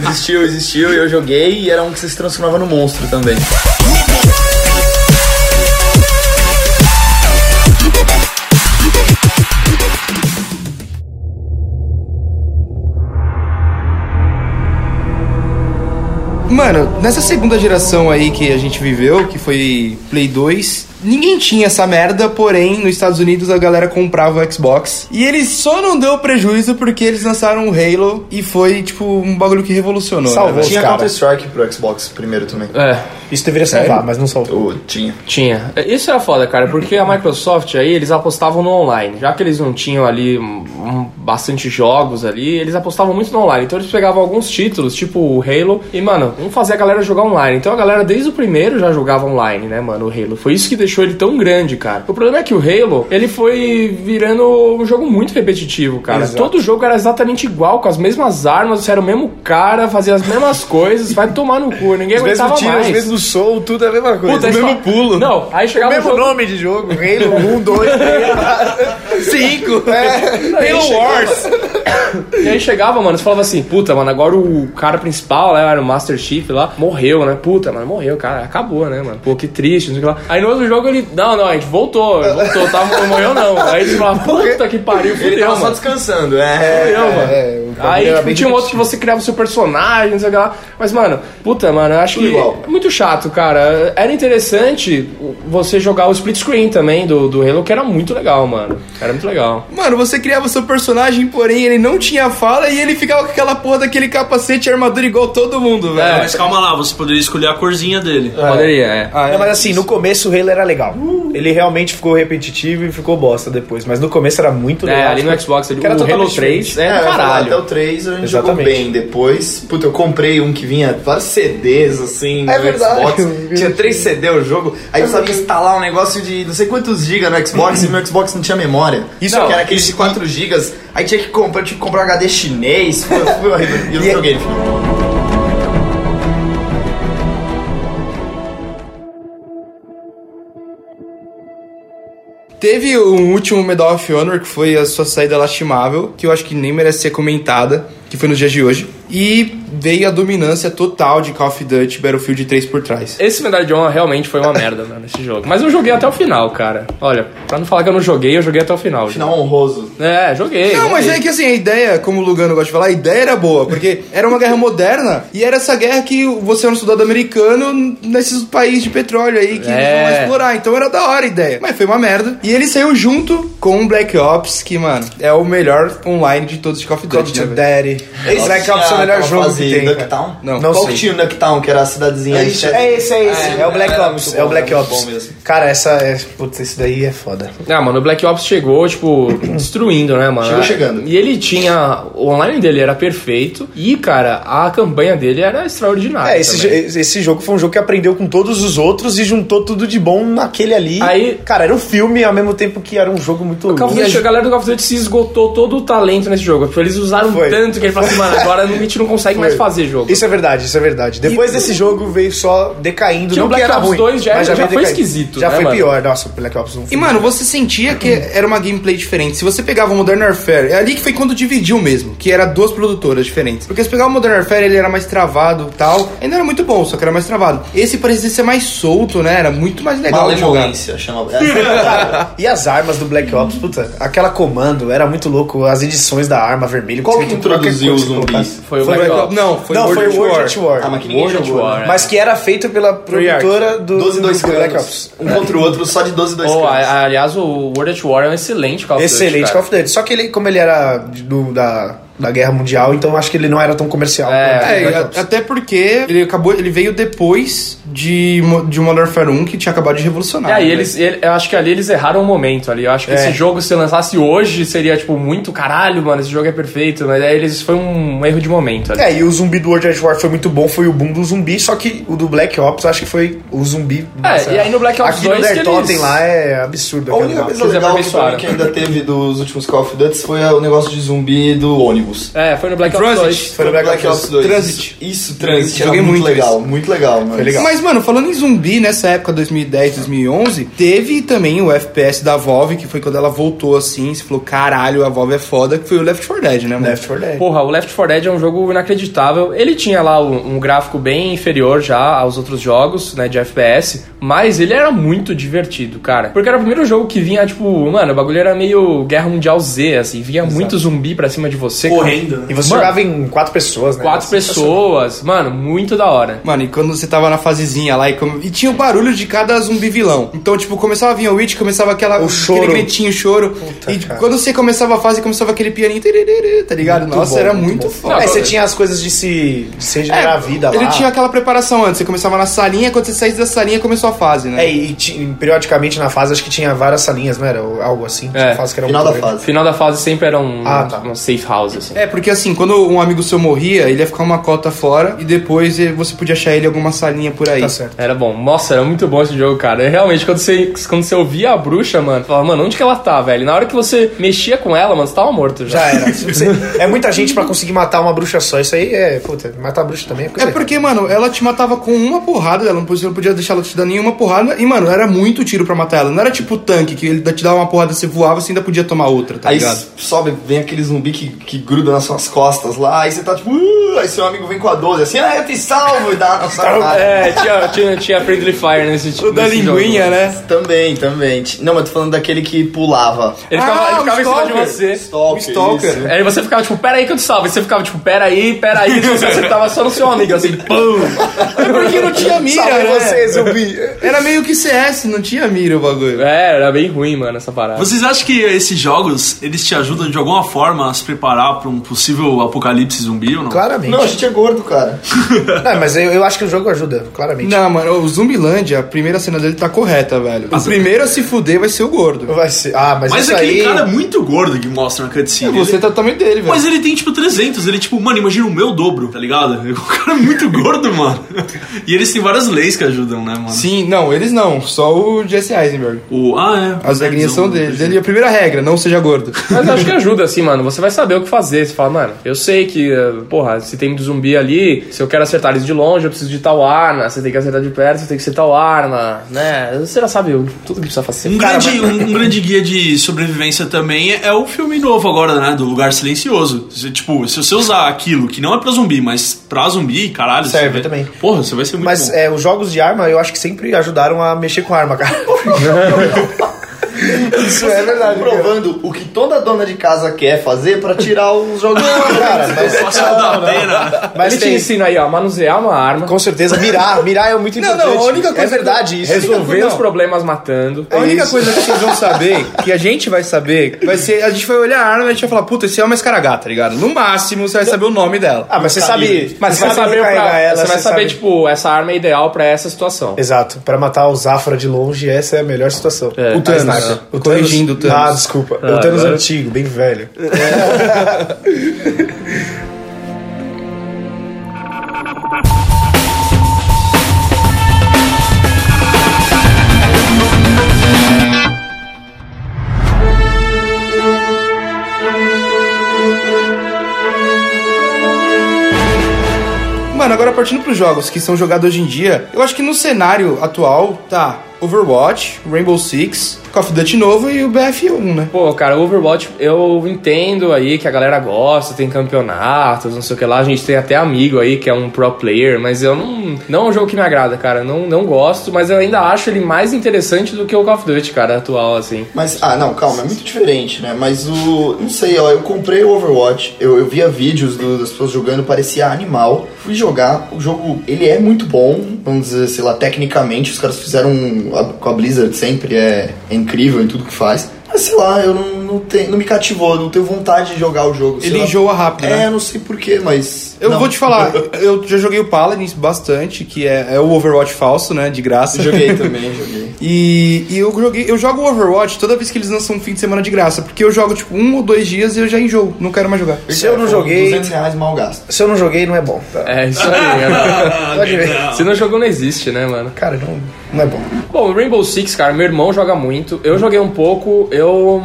S7: Existiu, existiu, e eu joguei e era um que você se transformava no monstro também.
S1: Mano, nessa segunda geração aí que a gente viveu, que foi Play 2, ninguém tinha essa merda, porém, nos Estados Unidos a galera comprava o Xbox. E ele só não deu prejuízo porque eles lançaram o Halo e foi, tipo, um bagulho que revolucionou. né,
S4: Salvou.
S1: velho?
S7: Tinha
S4: cara.
S7: Counter-Strike pro Xbox primeiro também.
S3: É,
S4: Isso deveria salvar, mas não salvou.
S7: Ou tinha.
S3: tinha. Isso era foda, cara, porque a Microsoft aí, eles apostavam no online. Já que eles não tinham ali um, um, bastante jogos ali, eles apostavam muito no online. Então eles pegavam alguns títulos, tipo o Halo, e, mano, vamos fazer a galera jogar online. Então a galera desde o primeiro já jogava online, né, mano, o Halo. Foi isso que deixou ele tão grande, cara. O problema é que o Halo, ele foi virando um jogo muito repetitivo, cara. Todo jogo era exatamente igual, com as mesmas armas, você era o mesmo cara, fazia as mesmas coisas, vai tomar no cu, ninguém
S4: Os
S3: aguentava
S4: mesmos tiros,
S3: mais.
S4: os mesmos show, tudo é a mesma coisa.
S3: Puta,
S4: o
S3: aí
S4: mesmo
S3: fala-
S4: pulo.
S3: Não, aí
S4: O
S3: chegava
S4: mesmo
S3: no jogo...
S4: nome de jogo, Halo 1, 2, 3, 5. É, Halo Wars.
S3: E aí chegava, mano, você falava assim, puta, mano, agora o cara principal, né, era o Master Chief lá, morreu, né? Puta, mano, morreu, cara, acabou, né, mano? Pô, que triste, não sei o que lá. Aí no outro jogo ele, não, não, a gente voltou, voltou, tá, não morreu não. Aí você falava, puta que pariu,
S7: Ele
S3: fudeu,
S7: tava só
S3: mano.
S7: descansando, é.
S3: Fudeu, mano.
S4: É, o bagulho
S3: Aí
S4: era
S3: tipo,
S4: bem
S3: tinha um outro que você criava o seu personagem, não sei o que lá. Mas, mano, puta, mano, eu acho que
S7: igual.
S3: é muito chato, cara. Era interessante você jogar o split screen também do, do Halo, que era muito legal, mano. Era muito legal.
S1: Mano, você criava seu personagem, porém ele não tinha fala e ele ficava com aquela porra daquele capacete e armadura igual todo mundo, velho.
S2: É, mas calma lá, você poderia escolher a corzinha dele.
S3: Poderia, é.
S4: Não, mas assim, no começo o Halo era legal. Ele realmente ficou repetitivo e ficou bosta depois. Mas no começo era muito legal.
S3: É, ali no Xbox, ali,
S4: Que era
S3: o Halo
S4: totalmente
S3: 3 é,
S7: eu
S3: do
S7: ia falar, Até o
S3: caralho.
S7: 3 a gente
S4: Exatamente.
S7: jogou bem. Depois, puta, eu comprei um que vinha vários CDs, assim,
S4: É
S7: no
S4: verdade.
S7: Xbox. Tinha 3 CD o jogo. Aí eu sabia instalar um negócio de não sei quantos gigas no Xbox e meu Xbox não tinha memória. Isso
S3: Não,
S7: que era aqueles de 4 gigas. Aí tinha que comprar, eu tinha que comprar um HD chinês. Foi, foi horrível. E eu não
S4: é-
S7: joguei no final.
S1: Teve um último Medal of Honor que foi a sua saída lastimável, que eu acho que nem merece ser comentada, que foi nos dias de hoje. E veio a dominância total de Call of Duty Battlefield 3 por trás.
S3: Esse medalha de honra realmente foi uma merda, mano, esse jogo. Mas eu joguei até o final, cara. Olha, pra não falar que eu não joguei, eu joguei até o final. já.
S7: Final honroso.
S3: É, joguei.
S1: Não, mas é que assim, a ideia, como o Lugano gosta de falar, a ideia era boa, porque era uma guerra moderna e era essa guerra que você era um soldado americano nesses países de petróleo aí que eles vão
S3: É.
S1: explorar. Então era da hora a ideia. Mas foi uma merda. E ele saiu junto com o Black Ops, que, mano, é o melhor online de todos de Call of
S4: Call of
S1: Duty. né,
S4: Duty
S1: velho?
S4: Daddy. Esse Black Ops é o melhor jogo que tem. cara.
S7: Ducktown?
S1: Não,
S4: Não
S7: Qual
S4: sei.
S7: que tinha o Ducktown, que era a cidadezinha?
S4: É esse, é esse. É, esse. é o Black
S7: Ah, era
S4: Ops.
S7: muito
S4: É o
S7: bom,
S4: Black
S7: era muito
S4: Ops.
S7: bom mesmo.
S4: Cara, essa é. Putz, isso daí é foda.
S3: Ah, mano, o Black Ops chegou, tipo, destruindo, né, mano?
S7: Chegou chegando.
S3: E ele tinha. O online dele era perfeito. E, cara, a campanha dele era
S7: Ah,
S3: extraordinária.
S4: É, esse,
S3: também.
S4: jo- esse jogo foi um jogo que aprendeu com todos os outros e juntou tudo de bom naquele ali.
S3: Aí-
S4: cara, era um filme ao mesmo tempo que era um jogo muito.
S7: é
S3: O Call of
S4: E
S3: Duty,
S4: a
S3: a
S4: gente-
S3: galera do Call of Duty se esgotou todo o talento nesse jogo. Tipo, Eles usaram
S4: Foi.
S3: tanto que ele falou assim, mano, agora a gente não consegue mais fazer jogo.
S4: Isso é verdade, isso é verdade. Depois desse jogo veio só decaindo,
S3: Tinha
S4: não
S3: o Black
S4: que era
S3: Ops
S4: ruim,
S3: 2 já era-
S4: mas
S3: já
S4: veio
S3: foi
S4: decaindo.
S3: esquisito,
S4: Já
S3: né,
S4: foi
S3: mano?
S4: pior, nossa, o Black Ops 1
S1: E, mano, você sentia que era uma gameplay diferente. Se você pegava o Modern Warfare, é ali que foi quando dividiu mesmo, que era duas produtoras diferentes. Porque se pegava o Modern Warfare, ele era mais travado e tal. Ainda era muito bom, só que era mais travado. Esse parecia ser mais solto, né? Era muito mais
S7: É
S1: legal de jogar.
S7: Malemolência, chamava. É.
S4: E as armas do Black Ops, puta, aquela comando era muito louco, as edições da arma vermelha.
S7: Qual que
S4: qualquer
S7: introduziu os
S4: coisa que você
S7: zumbis?
S4: colocasse.
S3: Foi o
S4: Foi
S3: Black
S4: Black
S3: Ops.
S1: Não, foi
S4: Não,
S1: World
S4: foi
S1: at
S4: World
S1: War.
S4: at War.
S7: Ah, mas que ninguém
S3: World
S7: jogou,
S3: at War,
S7: né?
S3: é.
S4: Mas que era feito pela produtora do,
S7: 12 e 2
S4: do Black
S7: canos.
S4: Ops.
S7: Um contra o outro só de 12 e 2
S3: Oh, a-
S7: canos.
S3: a- aliás, o World at War é um excelente Call of Duty.
S4: Excelente
S3: cara.
S4: Call of Duty. Só que ele, como ele era do, da da Guerra Mundial, então acho que ele não era tão comercial. quanto
S1: É,
S4: o Black
S1: a-
S4: Ops.
S1: até porque ele acabou, ele veio depois de, Mo- de Modern Warfare 1, que tinha acabado de revolucionar.
S3: É, e
S1: né?
S4: Ah,
S3: eles, ele- eu acho que ali eles erraram o momento ali. Eu acho que
S4: É.
S3: esse jogo, se lançasse hoje, seria, tipo, muito caralho, mano, esse jogo é perfeito. Mas aí eles foi um erro de momento ali.
S4: É, e o zumbi do World at War foi muito bom, foi o boom do zumbi, só que o do Black Ops acho que foi o zumbi. nossa,
S3: É, e aí no Black Ops
S4: aqui
S3: 2
S4: no Der
S3: que eles-
S4: Totem lá é absurdo.
S7: A
S4: aquela
S7: única
S4: mapa.
S7: coisa
S3: Vocês
S7: legal que, pra
S3: aperfeiçoaram.
S7: mim que ainda teve dos últimos Call of Duty foi o negócio de zumbi do ônibus.
S3: É, foi no Black Ops
S1: Transit.
S3: 2.
S4: Foi no Black Ops
S7: 2.
S1: Transit.
S7: Isso, Transit. Era
S1: Joguei
S7: muito,
S1: muito
S7: legal, muito legal, mano.
S4: Foi legal.
S1: Mas, mano, falando em zumbi, nessa época, 2010, 2011, teve também o FPS da Valve, que foi quando ela voltou assim, se falou, caralho, a Valve é foda, que foi o Left 4 Dead, né, mano?
S4: Left 4 Dead.
S3: Porra, o Left 4 Dead é um jogo inacreditável. Ele tinha lá um, um gráfico bem inferior já aos outros jogos, né, de FPS, mas ele era muito divertido, cara. Porque era o primeiro jogo que vinha, tipo, mano, o bagulho era meio Guerra Mundial Z, assim, vinha muito zumbi pra cima de você.
S2: Correndo, né?
S4: E você
S3: Mano.
S4: jogava em quatro pessoas, né?
S3: Quatro pessoas, mano, muito da hora.
S1: Mano, e quando você tava na fasezinha lá e, come- e tinha o barulho de cada zumbi vilão. Então, tipo, começava a vir o Witch, começava aquela,
S4: O choro.
S1: aquele gritinho, o choro. e
S4: cara.
S1: quando você começava a fase, começava aquele pianinho, tererê, tá ligado?
S4: Muito
S1: Nossa,
S4: bom,
S1: era
S4: muito
S1: muito
S4: bom.
S1: foda. é,
S4: É, você tinha as coisas de se, de se regenerar a vida lá.
S1: Ele tinha aquela preparação antes, você começava na salinha, quando você saísse da salinha, começou a fase, né?
S4: É, e ti- periodicamente na fase acho que tinha várias salinhas, não era? Ou Algo assim. Tinha
S3: É,
S4: fase que era
S7: Final da
S4: muito grande.
S3: O
S7: fase.
S3: final da fase sempre era um,
S4: Ah, tá.
S3: um safe house, assim.
S1: É, porque assim, quando um amigo seu morria, ele ia ficar uma cota fora e depois eh, você podia achar ele em alguma salinha por aí.
S4: Tá certo.
S3: Era bom. Nossa, era muito bom esse jogo, cara. E, Realmente, quando você, quando você ouvia a bruxa, mano, falava, mano, onde que ela tá, velho? E Na hora que você mexia com ela, mano, você tava morto já.
S4: Já era. Você- é muita gente pra conseguir matar uma bruxa só. Isso aí é. Puta, matar a bruxa também é coisa
S1: É porque, mano, ela te matava com uma porrada, ela não podia, não podia deixar ela te dar nenhuma porrada. E, mano, era muito tiro pra matar ela. Não era tipo tanque, que ele te dava uma porrada, você voava, você ainda podia tomar outra, tá
S7: Aí
S1: ligado?
S7: sobe, vem aquele zumbi que, que gruda nas suas costas lá, aí você tá tipo, "Uh", aí seu amigo vem com a 12, assim, ah, eu te salvo, e dá uma sarrada.
S3: É, tinha, tinha, tinha Friendly Fire nesse tipo.
S1: O da linguinha, né?
S7: Também, também. Não, mas tô falando daquele que pulava.
S3: Ele ficava,
S1: Ah,
S3: ele
S1: o
S3: ficava em cima de
S1: Stalker.
S3: você.
S7: Stalker.
S1: Stalker.
S7: isso.
S3: Aí você ficava tipo, peraí que eu te salvo. E você ficava tipo, peraí, peraí. E Tipo, você acertava só no seu amigo, assim, pum.
S1: É porque não tinha mira,
S4: Salve
S1: né?
S4: você, zumbi.
S1: Era meio que CS, não tinha mira o bagulho.
S3: É, era bem ruim, mano, essa parada.
S2: Vocês acham que esses jogos, eles te ajudam de alguma forma a se preparar pra um possível apocalipse zumbi ou não?
S4: Claramente.
S7: Não, a gente é gordo, cara.
S4: Não, mas eu, eu acho que o jogo ajuda, claramente.
S1: Não, mano, o Zumbilândia, a primeira cena dele tá correta, velho. O primeiro a se fuder vai ser o gordo.
S4: Vai ser. Ah, mas,
S2: Mas
S4: isso
S2: aquele
S4: aí.
S2: cara é muito gordo que mostra na cutscene.
S1: Você
S2: Ele-
S1: tá também dele, velho.
S2: Mas ele tem tipo 300, ele tipo, mano, imagina o meu dobro, tá ligado? O cara é muito gordo, mano. E eles têm várias leis que ajudam, né, mano?
S1: Sim, não, eles não, só o Jesse Eisenberg.
S2: O, ah, é.
S1: As regrinhas são deles.
S2: dele.
S1: Ele, a primeira regra, não seja gordo.
S3: Mas eu acho que ajuda, assim, mano. Você vai saber o que fazer. Você fala, mano, eu sei que, eh, porra, se tem muito zumbi ali, se eu quero acertar eles de longe, eu preciso de tal arma. Você tem que acertar de perto, você tem que ser tal arma, né? Você já sabe o- tudo que precisa fazer.
S2: Um grande, um, um grande guia de sobrevivência também é o filme novo agora, né? Do Lugar Silencioso. Você, tipo, se você usar aquilo que não é pra zumbi, mas pra zumbi, caralho. você
S4: Serve
S2: vai-
S4: também.
S2: Porra, você vai ser muito
S4: Mas
S2: bom.
S4: é, os jogos de arma eu acho que sempre ajudaram a mexer com arma, cara. isso é verdade. cara.
S7: Provando o que toda dona de casa quer fazer pra tirar os jogos. cara, mas
S2: Só se dá pena.
S4: Mas
S3: Ele te
S4: tem,
S3: ensina aí, ó, manusear uma arma,
S4: com certeza, mirar. Mirar é muito
S1: Não,
S4: importante.
S1: não, a única
S4: é
S1: coisa que-
S4: verdade isso.
S3: resolver os problemas matando.
S1: A única coisa que vocês vão saber, que a gente vai saber, vai ser. A gente vai olhar a arma e a gente vai falar, puta, esse é uma escaragá, tá ligado? No máximo, você vai saber o nome dela.
S4: Ah, mas você sabe.
S3: Mas você vai saber,
S4: recarregar
S3: pra,
S4: ela,
S3: você vai saber
S4: sabe-
S3: tipo, essa arma é ideal pra essa situação.
S4: Exato, pra matar o Zafra de longe, essa é a melhor situação.
S3: É, O Thanos.
S4: A sniper. O
S1: Corrigindo o Thanos.
S4: Ah, desculpa. o Thanos
S3: agora-
S4: antigo, bem velho.
S1: Mano, agora partindo pros jogos que são jogados hoje em dia, eu acho que no cenário atual tá Overwatch, Rainbow Six, Call of Duty novo e o BF1, né?
S3: Pô, cara, o Overwatch, eu entendo aí que a galera gosta, tem campeonatos, não sei o que lá. A gente tem até amigo aí que é um pro player, mas eu não. Não é um jogo que me agrada, cara. Não, não gosto, mas eu ainda acho ele mais interessante do que o Call of Duty, cara, atual, assim.
S7: Mas, ah, não, calma, é muito diferente, né? Mas o. Não sei, ó, eu comprei o Overwatch, eu, eu via vídeos do- das pessoas jogando, parecia animal. Fui jogar, o jogo, ele é muito bom, vamos dizer, sei lá, tecnicamente, os caras fizeram. um- a- com a Blizzard sempre, é, é incrível em tudo que faz. Mas sei lá, eu não, não, tenho, não me cativou, não tenho vontade de jogar o jogo. sei
S1: Ele
S7: lá.
S1: enjoa rápido,
S7: É,
S1: né?
S7: eu não sei porquê, mas.
S4: É,
S1: Eu
S7: não.
S1: vou te falar, eu já joguei o Paladins bastante, que é, é o Overwatch falso, né? De graça.
S7: Joguei também, joguei.
S1: E, e eu joguei, eu jogo o Overwatch toda vez que eles lançam um fim de semana de graça, porque eu jogo tipo um ou dois dias e eu já enjoo, não quero mais jogar.
S4: Se eu não joguei-
S7: 200 reais mal gasto.
S4: Se eu não joguei, não é bom.
S3: É, isso aí, mano.
S4: Pode ver.
S3: Se não jogou, não existe, né, mano?
S4: Cara, não, não é bom.
S3: Bom, Rainbow Six, cara, meu irmão joga muito. Eu joguei um pouco, eu.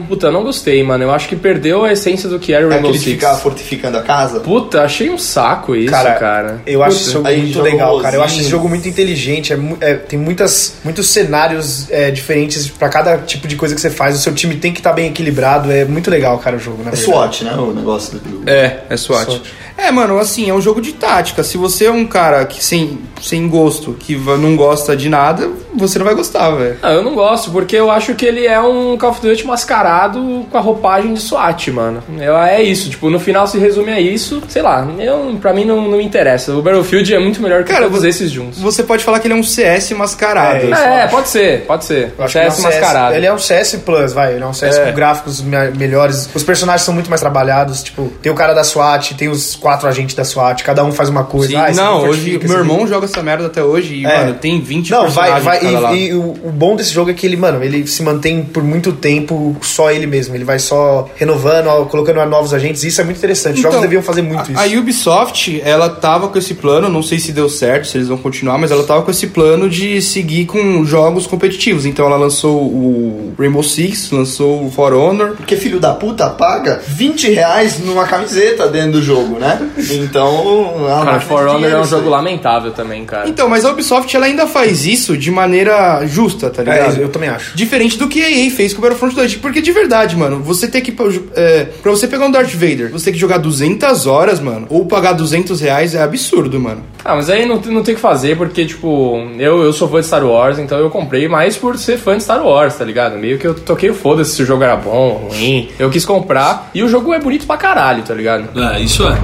S3: Puta, não gostei, mano. Eu acho que perdeu a essência do que era o
S7: É
S3: Rainbow
S7: aquele de
S3: Six.
S7: ficar fortificando a casa?
S3: Puta, achei um saco isso, cara.
S4: Cara, Eu acho esse jogo
S7: Aí
S4: muito
S7: joga
S4: legal,
S7: os
S4: cara. Eu acho esse
S7: ovinhos.
S4: jogo muito inteligente. É, mu- é, tem muitas, muitos cenários é, diferentes pra cada tipo de coisa que você faz. O seu time tem que estar bem equilibrado. É muito legal, cara, o jogo, na
S7: É
S4: verdade.
S7: SWAT, né? O negócio do.
S1: É, é SWAT. É, mano, assim, é um jogo de tática. Se você é um cara que sem, sem gosto, que va- não gosta de nada, você não vai gostar, velho.
S3: Ah, eu não gosto, porque eu acho que ele é um Call of Duty mascarado com a roupagem de SWAT, mano. Eu, é isso, tipo, no final se resume a isso, sei lá, eu, pra mim não, não me interessa. O Battlefield é muito melhor que
S1: Cara,
S3: todos
S1: você-
S3: esses juntos.
S1: Você pode falar que ele é um CS mascarado.
S4: É,
S3: É, pode ser, pode ser.
S4: Eu acho que ele é um
S3: CS
S4: CS
S3: mascarado.
S4: Ele é um CS Plus, vai. Ele é um CS com gráficos me- melhores. Os personagens são muito mais trabalhados. Tipo, tem o cara da SWAT, tem os quatro agentes da SWAT. Cada um faz uma coisa.
S1: Sim,
S4: Ah, esse
S1: não,
S4: aqui
S1: hoje
S4: fortifica,
S1: meu
S4: esse aqui-
S1: irmão joga essa merda até hoje e,
S4: É.
S1: mano, tem 20
S4: Não, vai,
S1: personagens
S4: vai.
S1: de cada lado.
S4: E, e o, o bom desse jogo é que ele, mano, ele se mantém por muito tempo só ele mesmo. Ele vai só renovando, ó, colocando novos agentes. Isso é muito interessante. Os jogos
S1: Então,
S4: deviam fazer muito isso.
S1: A Ubisoft, ela tava com esse plano, não sei se deu certo, se eles vão continuar, mas ela tava com esse plano de seguir com jogos competitivos. Então ela lançou o Rainbow Six, lançou o For Honor.
S7: Porque filho da puta paga 20 reais numa camiseta dentro do jogo, né? Então. é uma máquina
S3: Cara,
S7: de
S3: For Honor
S7: dinheiro
S3: é um
S7: isso
S3: jogo
S7: aí.
S3: lamentável também, cara.
S1: Então, mas a Ubisoft ela ainda faz isso de maneira justa, tá
S4: É,
S1: ligado?
S4: eu também acho.
S1: Diferente do que a EA fez com o Battlefront 2. Porque de verdade, mano, você tem que. É, pra você pegar um Darth Vader, você tem que jogar 200 horas, mano, ou pagar 200 reais é absurdo, mano.
S3: Ah, mas aí não, não tem o que fazer, porque, tipo, eu, eu sou fã de Star Wars, então eu comprei mais por ser fã de Star Wars, tá ligado? Meio que eu toquei o foda-se se o jogo era bom, ruim. Eu quis comprar, e o jogo é bonito pra caralho, tá ligado?
S2: É, isso é.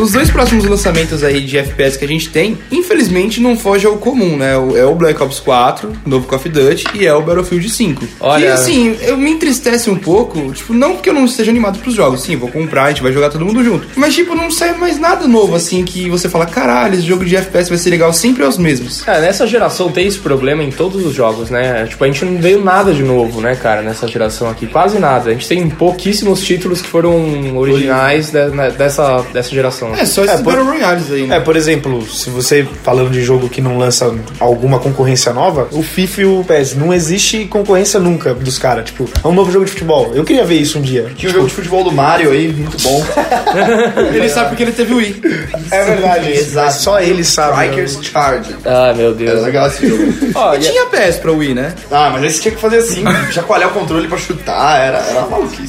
S1: Os dois próximos lançamentos aí de FPS que a gente tem, infelizmente não foge ao comum, né? O- É o Black Ops 4, novo Call of Duty, e é o Battlefield 5.
S3: Olha-
S1: E assim, eu me entristece um pouco, tipo, não porque eu não esteja animado pros jogos, sim, vou comprar, a gente vai jogar todo mundo junto. Mas tipo, não sai mais nada novo assim que você fala, caralho, esse jogo de FPS vai ser legal, sempre é os mesmos.
S3: Cara, nessa geração tem esse problema em todos os jogos, né? Tipo, a gente não veio nada de novo, né, cara, nessa geração aqui. Quase nada. A gente tem pouquíssimos títulos que foram originais de- na- dessa, dessa geração.
S1: É, só esses
S4: por-
S1: Battle Royales aí, né?
S4: É, por exemplo, se você falando de jogo que não lança alguma concorrência nova, o FIFA e o PES, não existe concorrência nunca dos caras. Tipo, é um novo jogo de futebol. Eu queria ver isso um dia.
S7: Tinha o jogo de futebol do Mario aí, muito bom.
S3: É,
S1: Ele sabe porque ele teve o I.
S4: É verdade,
S7: Exato.
S4: Só ele sabe.
S7: Strikers Charge.
S3: Ah, meu
S7: Era
S3: Deus.
S7: legal esse jogo.
S3: Ó, e-
S1: Tinha PS pra Wii, né?
S7: Ah, mas aí você tinha que fazer assim, chacoalhar o controle pra chutar, era, era uma maluquice.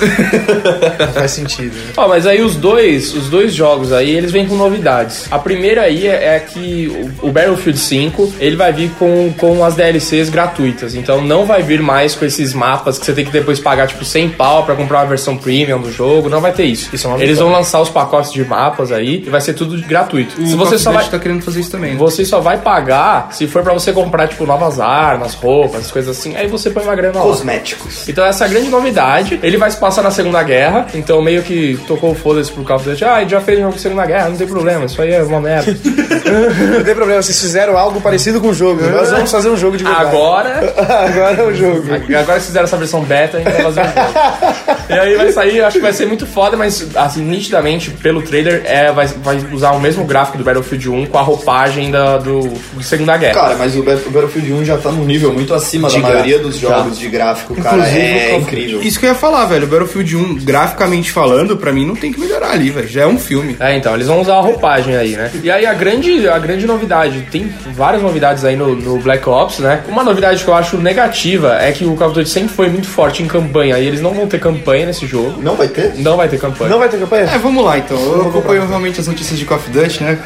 S4: Faz sentido. né?
S3: Ó, mas aí os dois, os dois jogos aí, eles vêm com novidades. A primeira aí é, é que o, o Battlefield 5, ele vai vir com, com as DLCs gratuitas. Então não vai vir mais com esses mapas que você tem que depois pagar tipo 100 pau pra comprar uma versão premium do jogo, não vai ter isso.
S4: Isso é uma
S3: eles vão lançar os pacotes de mapas aí e vai ser tudo gratuito.
S1: O
S3: se
S1: Call
S3: você
S1: of
S3: só
S1: Duty
S3: vai
S1: tá querendo fazer isso também. né?
S3: você só vai pagar se for pra você comprar tipo novas armas, roupas, coisas assim. Aí você põe uma grana lá.
S7: Cosméticos.
S3: Então essa é a grande novidade. Ele vai se passar na Segunda Guerra, então meio que tocou o foda-se pro Call of Duty. Ah, ele já fez um jogo de Segunda Guerra, não tem problema, isso aí é uma merda.
S4: Não tem problema, vocês fizeram algo parecido com o jogo. Nós vamos fazer um jogo de verdade.
S3: agora,
S4: Agora é o jogo.
S3: agora que fizeram essa versão beta, a gente vai fazer um jogo. E aí vai sair, eu acho que vai ser muito foda, mas assim, nitidamente, pelo trailer, é, vai, vai usar o mesmo gráfico do Battlefield 1 com a roupagem da, do, de Segunda Guerra.
S7: Cara, mas o Bat- o Battlefield 1 já tá num nível muito acima
S4: De
S7: da maioria
S4: gráfico,
S7: dos
S3: Tá.
S7: jogos de gráfico, cara. é incrível.
S1: Isso que eu ia falar, velho. Battlefield 1, graficamente falando, pra mim não tem que melhorar ali, velho. Já é um filme.
S3: É, então, eles vão usar a roupagem aí, né? E aí a grande, a grande novidade, tem várias novidades aí no, no Black Ops, né? Uma novidade que eu acho negativa é que o Call of Duty sempre foi muito forte em campanha, e eles não vão ter campanha nesse jogo.
S7: Não vai ter?
S3: Não vai ter campanha.
S4: Não vai ter campanha?
S1: É, vamos lá então. Eu acompanho realmente as notícias de Call of Duty, né?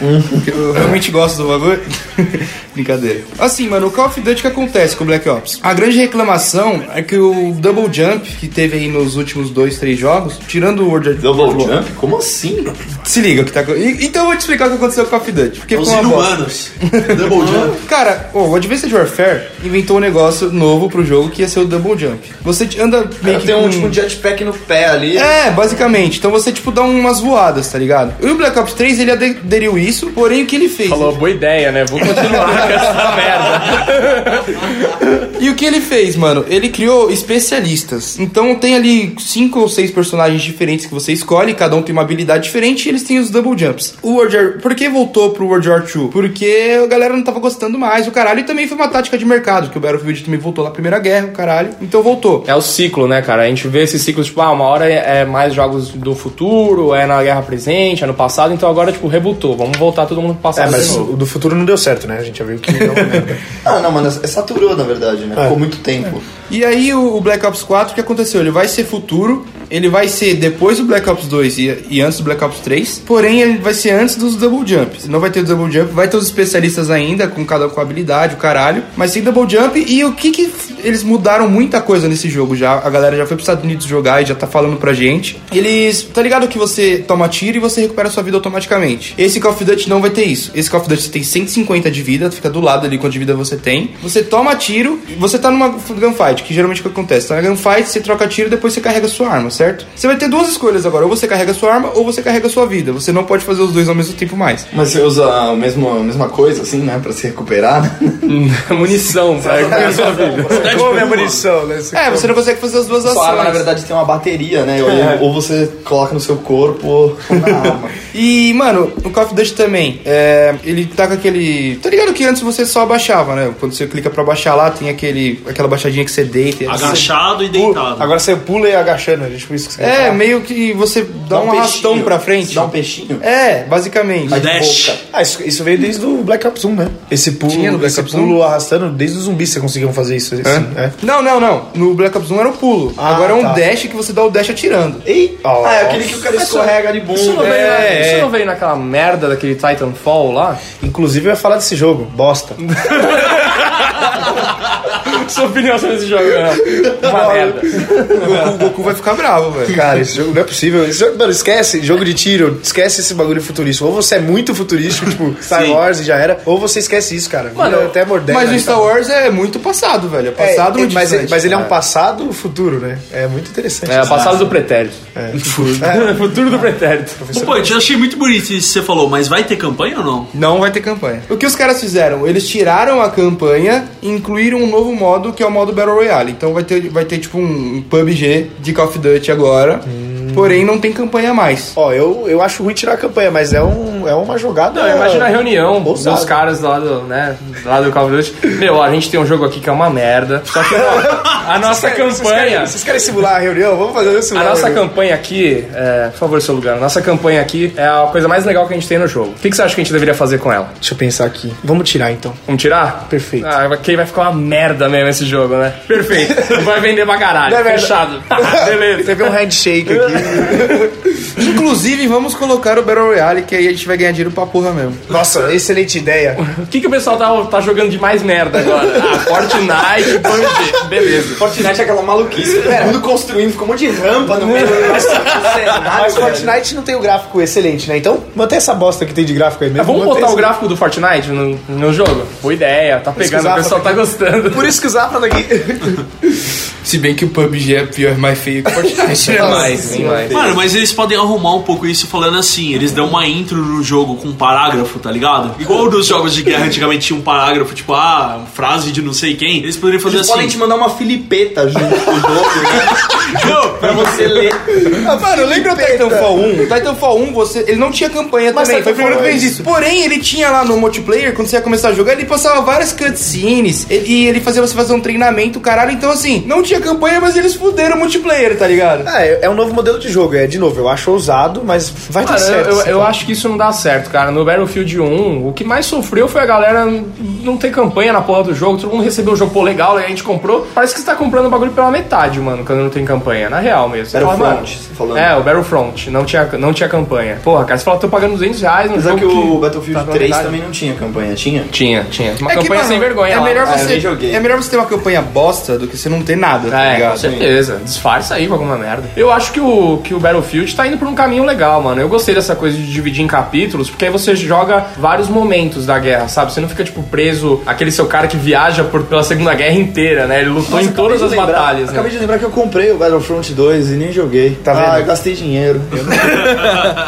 S1: Eu realmente gosto do bagulho. Brincadeira. Assim, mano, o Call of Duty que acontece com o Black Ops? A grande reclamação é que o Double Jump, que teve aí nos últimos dois, três jogos, tirando o World of
S7: Double
S1: War-
S7: Jump? Como assim?
S1: Se liga o que tá co- E- Então eu vou te explicar o que aconteceu com o Call of Duty.
S7: É
S1: Porque
S2: Os
S1: foi uma bosta.
S2: inumanos. Double jump.
S1: Cara, ô, o Advanced Warfare inventou um negócio novo pro jogo que ia ser o Double Jump. Você anda meio
S7: Cara,
S1: que
S7: tem um
S1: com-
S7: tipo de jetpack no pé ali.
S1: É, basicamente. Então você, tipo, dá umas voadas, tá ligado? E o Black Ops 3, ele ade- aderiu isso, porém o que ele fez?
S3: Falou, boa ideia, né? Vou continuar com essa merda.
S1: E o que ele fez, mano? Ele criou especialistas. Então tem ali cinco ou seis personagens diferentes que você escolhe, cada um tem uma habilidade diferente e eles têm os double jumps. O World War... Por que voltou pro World War 2? Porque a galera não tava gostando mais, o caralho, e também foi uma tática de mercado, que o Battlefield também voltou na Primeira Guerra, o caralho. Então voltou.
S3: É o ciclo, né, cara? A gente vê esse ciclo, tipo, ah, uma hora é é mais jogos do futuro, é na guerra presente, é no passado, então agora, tipo, rebutou. Vamos voltar todo mundo pro
S4: É,
S3: passado de
S4: mas
S3: novo.
S4: o do futuro não deu certo, né? A gente já viu que não né? deu merda.
S7: Ah, não, mano, é saturou, na verdade, né? Ficou muito tempo.
S1: E aí o o Black Ops 4, o que aconteceu? Ele vai ser futuro, ele vai ser depois do Black Ops 2 e, e antes do Black Ops 3, porém ele vai ser antes dos Double Jumps. Não vai ter o Double Jump, vai ter os especialistas ainda, com cada um com habilidade, o caralho, mas sem Double Jump. E o que que f- eles mudaram muita coisa nesse jogo já? A galera já foi pros Estados Unidos jogar e já tá falando pra gente. Eles, tá ligado que você toma tiro e você recupera sua vida automaticamente. Esse Call of Duty não vai ter isso. Esse Call of Duty você tem 150 de vida, fica do lado ali quanto de vida você tem. Você toma tiro, você tá numa gunfight, que geralmente é o que acontece? Tá na gunfight, você troca tiro, depois você carrega sua arma, certo? Você vai ter duas escolhas agora, ou você carrega sua arma ou você carrega sua vida. Você não pode fazer os dois ao mesmo tempo mais.
S7: Mas você usa a mesma, a mesma coisa, assim, né? Pra se recuperar.
S3: Munição, pra recuperar sua vida.
S4: Como é munição, né?
S1: É, você não consegue fazer as duas ações.
S7: Sua arma, na verdade, tem uma bateria, né? Ou, ou você coloca no seu corpo ou na arma.
S1: E, mano, o Call of Duty também, é, ele tá com aquele... Tá ligado que antes você só abaixava, né? Quando você clica pra baixar lá, tem aquele, aquela baixadinha que você deita. e você-
S2: Agachado e
S4: Pula-
S2: deitado.
S4: Agora você pula e agachando, a gente tipo, isso que você
S1: É, meio que você dá, um,
S7: peixinho.
S1: arrastão pra frente.
S7: Dá um peixinho.
S1: É, basicamente.
S2: Dash.
S4: Ah, isso, isso veio desde o Black Ops 1, né? Esse pulo,
S1: Tinha no Black
S4: esse
S1: Ops
S4: pulo arrastando, desde os zumbis você conseguiam fazer isso. Assim, é.
S1: Não, não, não. No Black Ops 1 era o pulo.
S4: Ah,
S1: Agora é um
S4: tá.
S1: dash que você dá o dash atirando.
S7: Ei!
S4: Ó.
S7: ah, é aquele que o cara escorrega de
S3: Isso não,
S7: bunda.
S3: veio,
S1: É,
S3: isso
S1: é.
S3: não veio naquela merda daquele Titanfall lá?
S4: Inclusive eu ia falar desse jogo, bosta.
S3: Sua opinião sobre esse jogo, né? Uma merda.
S1: O Goku, o Goku vai ficar bravo, velho.
S4: Cara, esse jogo não é possível. Esse jogo- mano, esquece jogo de tiro, esquece esse bagulho futurista. Ou você é muito futurista, tipo Star Wars e já era, ou você esquece isso, cara. Mano, até moderno.
S1: Mas
S4: e
S1: o Star
S4: tal.
S1: Wars é muito passado, velho. É
S4: É,
S1: passado
S4: é,
S1: muito
S4: mas,
S1: distante.
S4: mas ele é um passado futuro, né? É muito interessante.
S3: É,
S4: isso.
S3: passado do pretérito.
S4: É.
S3: Futuro do pretérito.
S2: Ô, Pô, eu te achei muito bonito isso que você falou, mas vai ter campanha ou não?
S1: Não vai ter campanha. O que os caras fizeram? Eles tiraram a campanha e incluíram um novo modo que é o modo Battle Royale. Então vai ter, vai ter tipo um PUBG de Call of Duty agora. Porém, não tem campanha mais.
S4: Ó, eu, eu acho ruim tirar a campanha, mas é, um, é uma jogada.
S3: Não, imagina a reunião
S4: Ousado.
S3: dos caras lá do, né, lá do Call of Duty. Meu, ó, a gente tem um jogo aqui que é uma merda. Só que ó, a nossa
S4: Vocês querem, né?
S3: campanha.
S4: vocês querem simular a reunião? Vamos fazer isso.
S3: A nossa campanha aqui, é, por favor, seu lugar, a nossa campanha aqui é a coisa mais legal que a gente tem no jogo. O que, que você acha que a gente deveria fazer com ela?
S4: Deixa eu pensar aqui. Vamos tirar então.
S3: Vamos tirar?
S4: Perfeito.
S3: Ah, quem vai ficar uma merda mesmo esse jogo, né? Perfeito. Vai vender pra caralho.
S4: Não é verdade.
S3: Fechado. Beleza.
S4: Teve um handshake aqui.
S1: Inclusive, vamos colocar o Battle Royale, que aí a gente vai ganhar dinheiro pra porra mesmo.
S4: Nossa, excelente ideia.
S3: O que, que o pessoal tá, tá jogando de mais merda agora? Ah, Fortnite, PUBG. Beleza.
S7: Fortnite é aquela maluquice. Todo mundo construindo, ficou um monte de rampa no meio do
S4: Mas
S7: cenário. velho.
S4: Fortnite não tem o gráfico excelente, né? Então, mantém essa bosta que tem de gráfico aí mesmo.
S3: É, vamos
S4: mantém
S3: botar o
S4: esse-
S3: gráfico do Fortnite no, no jogo? Boa ideia, tá pegando, o
S4: Pesquisar,
S3: pessoal tá gostando.
S4: Por isso que o Zafra daqui.
S1: Se bem que o PUBG é pior, mais feio que o Fortnite.
S3: É mais, bem mais.
S2: Mano, mas eles podem arrumar um pouco isso falando assim, eles dão uma intro no jogo com um parágrafo, tá ligado? Igual nos jogos de guerra antigamente tinha um parágrafo, tipo, ah, frase de não sei quem. Eles poderiam fazer
S7: Eles
S2: assim.
S7: podem te mandar uma filipeta junto com o jogo, né?
S2: Não,
S7: pra você ler.
S1: Mano, lembra o Titanfall 1? O Titanfall 1, você, ele não tinha campanha
S4: Mas
S1: também, foi o primeiro que
S4: Titanfall
S1: fez
S4: é
S1: isso. Porém, ele tinha lá no multiplayer, quando você ia começar a jogar, ele passava várias cutscenes, e e ele fazia você fazer um treinamento, caralho. Então, assim, não tinha campanha, mas eles fuderam o multiplayer, tá ligado?
S4: É, é um novo modelo de jogo. É, de novo, eu acho ousado, mas vai dar
S3: Cara, eu,
S4: certo.
S3: eu- eu acho que isso não dá certo, cara. No Battlefield 1, o que mais sofreu foi a galera não ter campanha na porra do jogo. Todo mundo recebeu o jogo, pô, legal, aí a gente comprou. Parece que você tá comprando o bagulho pela metade, mano, quando não tem campanha. Na real mesmo. Você fala, mano,
S7: Battlefront, você tá falando.
S3: É, o Battlefront, não tinha, não tinha campanha. Porra, cara, você fala, tô pagando 200 reais no
S7: Apesar
S3: jogo
S7: que o Battlefield
S3: tá na
S7: 3
S3: metade.
S7: também não tinha campanha, tinha?
S3: Tinha, tinha. Uma
S1: É que,
S3: campanha
S1: mano,
S3: sem vergonha
S1: é
S3: lá.
S1: melhor,
S7: Ah, eu nem
S1: você,
S7: joguei.
S1: é melhor você ter uma campanha bosta do que você não ter nada, tá
S3: É, com
S1: ligado?
S3: certeza. Disfarça aí com alguma merda. Eu acho que o, que o Battlefield tá indo por um caminho legal, mano. Eu gostei dessa coisa de dividir em capítulos, porque aí você joga vários momentos da guerra, sabe? Você não fica, tipo, preso aquele seu cara que viaja por, pela Segunda Guerra inteira, né? Ele lutou
S7: Nossa,
S3: em todas as
S7: acabei de lembrar-
S3: batalhas, né?
S7: Acabei de lembrar que eu comprei o Battlefront 2 e nem joguei. é. Tá
S4: vendo?
S7: Ah, eu gastei dinheiro.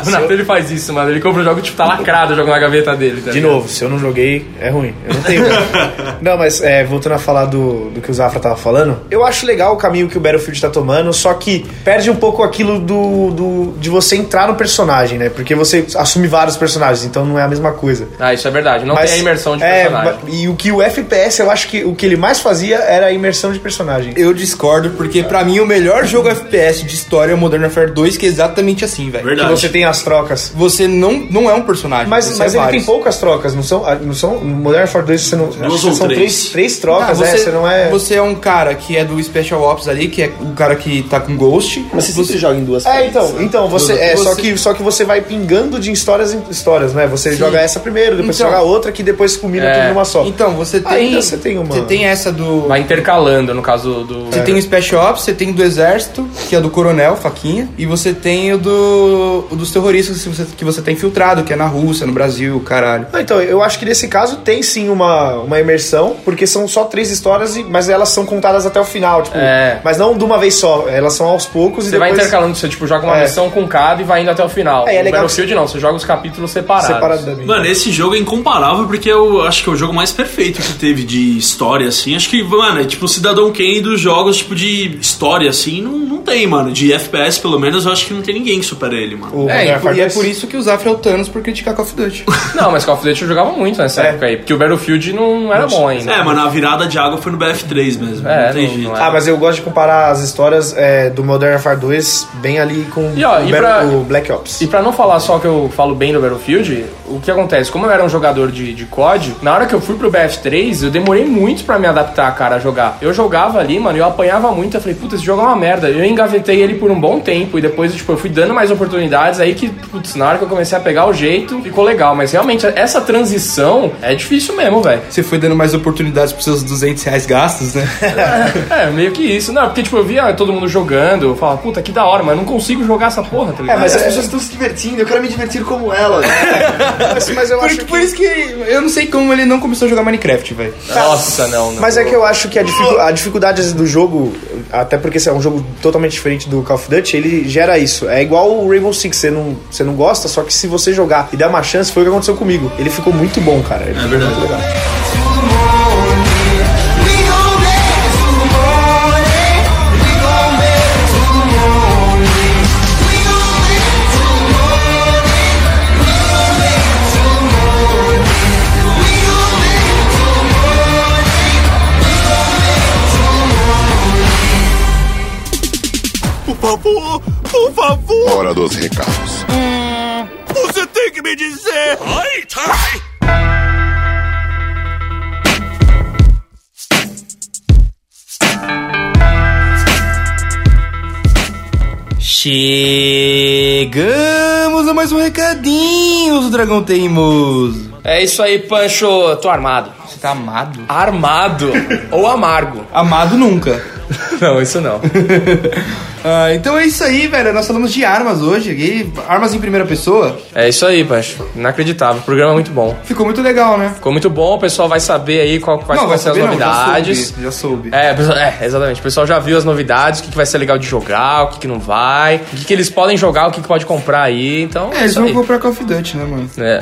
S3: O Natan, ele faz isso, mano. Ele compra o jogo, tipo, tá lacrado o jogo na gaveta dele, tá
S4: De
S3: ligado?
S4: novo, se eu não joguei, é ruim. Eu não tenho. não, mas é, voltando a falar do, do que o Zafra tava falando, eu acho legal o caminho que o Battlefield tá tomando, só que perde um pouco aquilo do, do de você entrar no personagem, né? Porque você assume vários personagens, então não é a mesma coisa.
S3: Ah, isso é verdade. Não tem a imersão de
S4: é,
S3: personagem.
S4: ba- E o que o FPS, eu acho que o que ele mais fazia era a imersão de personagem.
S1: Eu discordo, porque pra mim o melhor jogo FPS de história é o Modern Warfare 2, que é exatamente assim, velho.
S4: Que
S2: Verdade.
S4: você tem as trocas.
S1: Você não, não é um personagem.
S4: Mas,
S1: você
S4: mas
S1: é
S4: ele tem
S1: vários.
S4: poucas trocas, não são? ah, Não são no Modern Warfare 2 você não. acho que
S2: ou
S4: são
S2: três.
S4: três, três trocas,
S1: Ah,
S4: né? Você não é.
S1: Você é um cara que é do Special Ops ali, que é o cara que tá com Ghost.
S7: Mas você sempre joga em duas
S4: É,
S7: frentes,
S4: então,
S7: né?
S4: então você, é,
S1: Você-
S4: Só, que, só que você vai pingando de histórias em histórias, né? Você joga essa primeiro, depois
S1: Então.
S4: você joga outra, que depois combina
S3: É.
S4: tudo numa só.
S1: Então, você tem.
S4: Ainda Ah, você tem uma-
S1: Você tem essa do.
S3: Vai intercalando, no caso do...
S1: Você tem o Special Ops, você tem o do Exército, que é do Coronel, Faquinha, e você tem o, do, o dos terroristas que você, que você tá infiltrado, que é na Rússia, no Brasil, caralho.
S4: Ah, Então, eu acho que nesse caso tem sim uma, uma imersão, porque são só três histórias, e- mas elas são contadas até o final, tipo.
S3: É.
S4: Mas não de uma vez só, elas são aos poucos e
S3: Você vai
S4: depois
S3: intercalando, você tipo, joga uma
S4: É.
S3: missão com cada e vai indo até o final.
S4: É, é
S3: no
S4: legal
S3: Battlefield não, você joga os capítulos
S7: é
S3: separados.
S4: separado da minha.
S2: Mano, esse jogo é incomparável porque eu acho que é o jogo mais perfeito que teve de história, assim. Acho que, mano, é tipo o Cidadão Kane dos jogos, tipo, de história, assim, não, não tem, mano. De FPS, pelo menos, eu acho que não tem ninguém que supera ele, mano.
S4: O
S1: É,
S4: Modern
S1: e, por-
S4: Warfare
S1: e é
S4: 2.
S1: por isso que o Zafra é o Thanos por criticar Call of Duty.
S3: Não, mas Call of Duty eu jogava muito nessa época aí, porque o Battlefield não, não era bom ainda.
S2: É, mano, a virada de água foi no BF3 mesmo.
S3: É,
S2: não tem
S3: não-
S2: jeito.
S3: não é.
S4: Ah, mas eu gosto de comparar as histórias é, do Modern Warfare 2 bem ali com
S3: E, ó,
S4: o,
S3: e
S4: Battle-
S3: pra-
S4: o Black Ops.
S3: E pra não falar só que eu falo bem do Battlefield, o que acontece? Como eu era um jogador de, de COD, na hora que eu fui pro BF3, eu demorei muito pra me adaptar, cara, a jogar. Eu jogava ali, mano, eu apanhava muito, eu falei, puta, esse jogo é uma merda. Eu engavetei ele por um bom tempo e depois, tipo, eu fui dando mais oportunidades, aí que, putz, na hora que eu comecei a pegar o jeito, ficou legal. Mas realmente, essa transição é difícil mesmo, velho.
S1: Você foi dando mais oportunidades pros seus 200 reais gastos, né?
S3: É, meio que isso. Não, porque, tipo, eu via todo mundo jogando, eu falava, puta, que da hora, mas eu não consigo jogar essa porra, tá ligado?
S7: Mas as pessoas estão se divertindo, eu quero me divertir como elas.
S4: Mas, mas eu
S1: Por,
S4: acho
S1: por isso que eu não sei como ele não começou a jogar Minecraft, velho.
S3: Nossa, não, não.
S4: Mas é que eu acho que a, dificu- a dificuldade do jogo, até porque esse é um jogo totalmente diferente do Call of Duty, ele gera isso. É igual o Rainbow Six, você não, você não gosta, só que se você jogar e der uma chance, foi o que aconteceu comigo. Ele ficou muito bom, cara. Ele ficou muito legal.
S6: Por favor, por favor,
S9: Hora dos recados.
S6: você tem que me dizer. Ai, ai.
S1: Chegamos a mais um recadinho do Dragão Teimoso.
S3: É isso aí, Pancho. Tô armado.
S1: Você tá amado?
S3: Armado ou amargo?
S1: Amado nunca.
S3: Não, isso não.
S1: Ah, então é isso aí, velho. Nós falamos de armas hoje. E armas em primeira pessoa.
S3: É isso aí, Pancho. Inacreditável. O programa é muito bom.
S1: Ficou muito legal, né?
S3: Ficou muito bom, o pessoal vai saber aí qual, quais
S1: não, vai
S3: vão ser as
S1: saber, não. Já
S3: novidades.
S1: soube. Já soube.
S3: É, pessoal- é, exatamente. O pessoal já viu as novidades, o que, que vai ser legal de jogar, o que, que não vai, o que, que eles podem jogar, o que, que pode comprar aí. Então,
S1: É,
S3: é,
S1: eles
S3: isso
S1: vão
S3: aí.
S1: comprar Call of Duty, né, mano?
S3: É.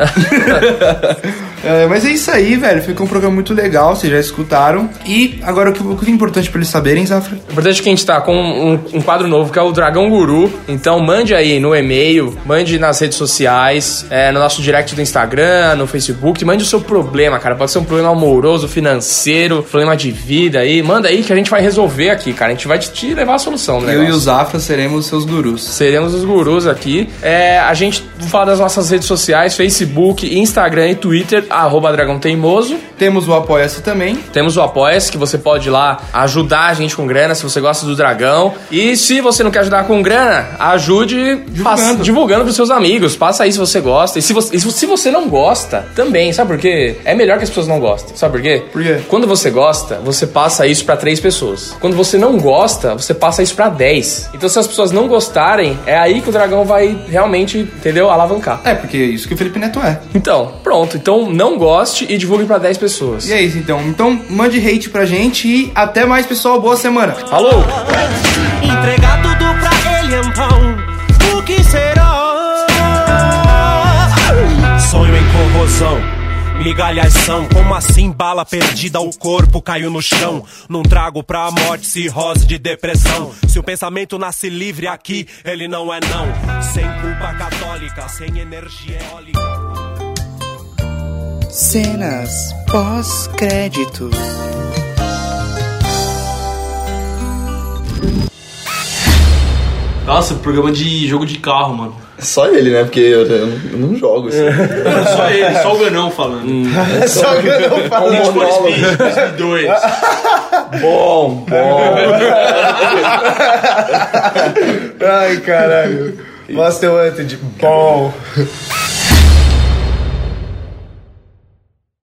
S1: É, mas é isso aí, velho. Ficou um programa muito legal, vocês já escutaram. E agora o que, o que é importante pra eles saberem, Zafra?
S3: O importante é que a gente tá com um, um quadro novo que é o Dragão Guru. Então mande aí no e-mail, mande nas redes sociais, é, no nosso direct do Instagram, no Facebook, mande o seu problema, cara. Pode ser um problema amoroso, financeiro, problema de vida aí. Manda aí que a gente vai resolver aqui, cara. A gente vai te, te levar a solução, né?
S1: Eu e o Zafra seremos seus gurus.
S3: Seremos os gurus aqui. É, a gente vou falar das nossas redes sociais, Facebook, Instagram e Twitter. arroba Dragão Teimoso.
S1: Temos o Apoia-se também.
S3: Temos o Apoia-se, que você pode ir lá ajudar a gente com grana, se você gosta do dragão. E se você não quer ajudar com grana, ajude divulgando, para divulgando pros seus amigos. Passa aí se você gosta. E se você, e se você não gosta, também. Sabe por quê? É melhor que as pessoas não gostem. Sabe por quê?
S1: Por quê?
S3: Quando você gosta, você passa isso pra três pessoas. Quando você não gosta, você passa isso pra dez. Então se as pessoas não gostarem, é aí que o dragão vai realmente, entendeu? Alavancar.
S1: É, porque é isso que o Felipe Neto é.
S3: Então, pronto. Então não goste e divulgue pra 10 pessoas.
S1: E é isso então. Então mande hate pra gente e até mais, pessoal. Boa semana.
S3: Falou!
S10: Entregar tudo pra ele, então, o que será? Sonho em corrosão. Migalhas são como assim bala perdida, o corpo caiu no chão. Não trago pra morte cirrose de depressão. Se o pensamento nasce livre aqui, ele não é não. Sem culpa católica, sem energia eólica.
S11: Cenas pós-créditos.
S2: Nossa, programa de jogo de carro, mano.
S7: Só ele, né? Porque eu, eu não jogo assim.
S2: Só ele, só o Ganão falando.
S4: Só que eu não falo.
S2: Need for Speed 2002.
S7: Bom, bom.
S4: Ai, caralho. Monster Hunter de bom.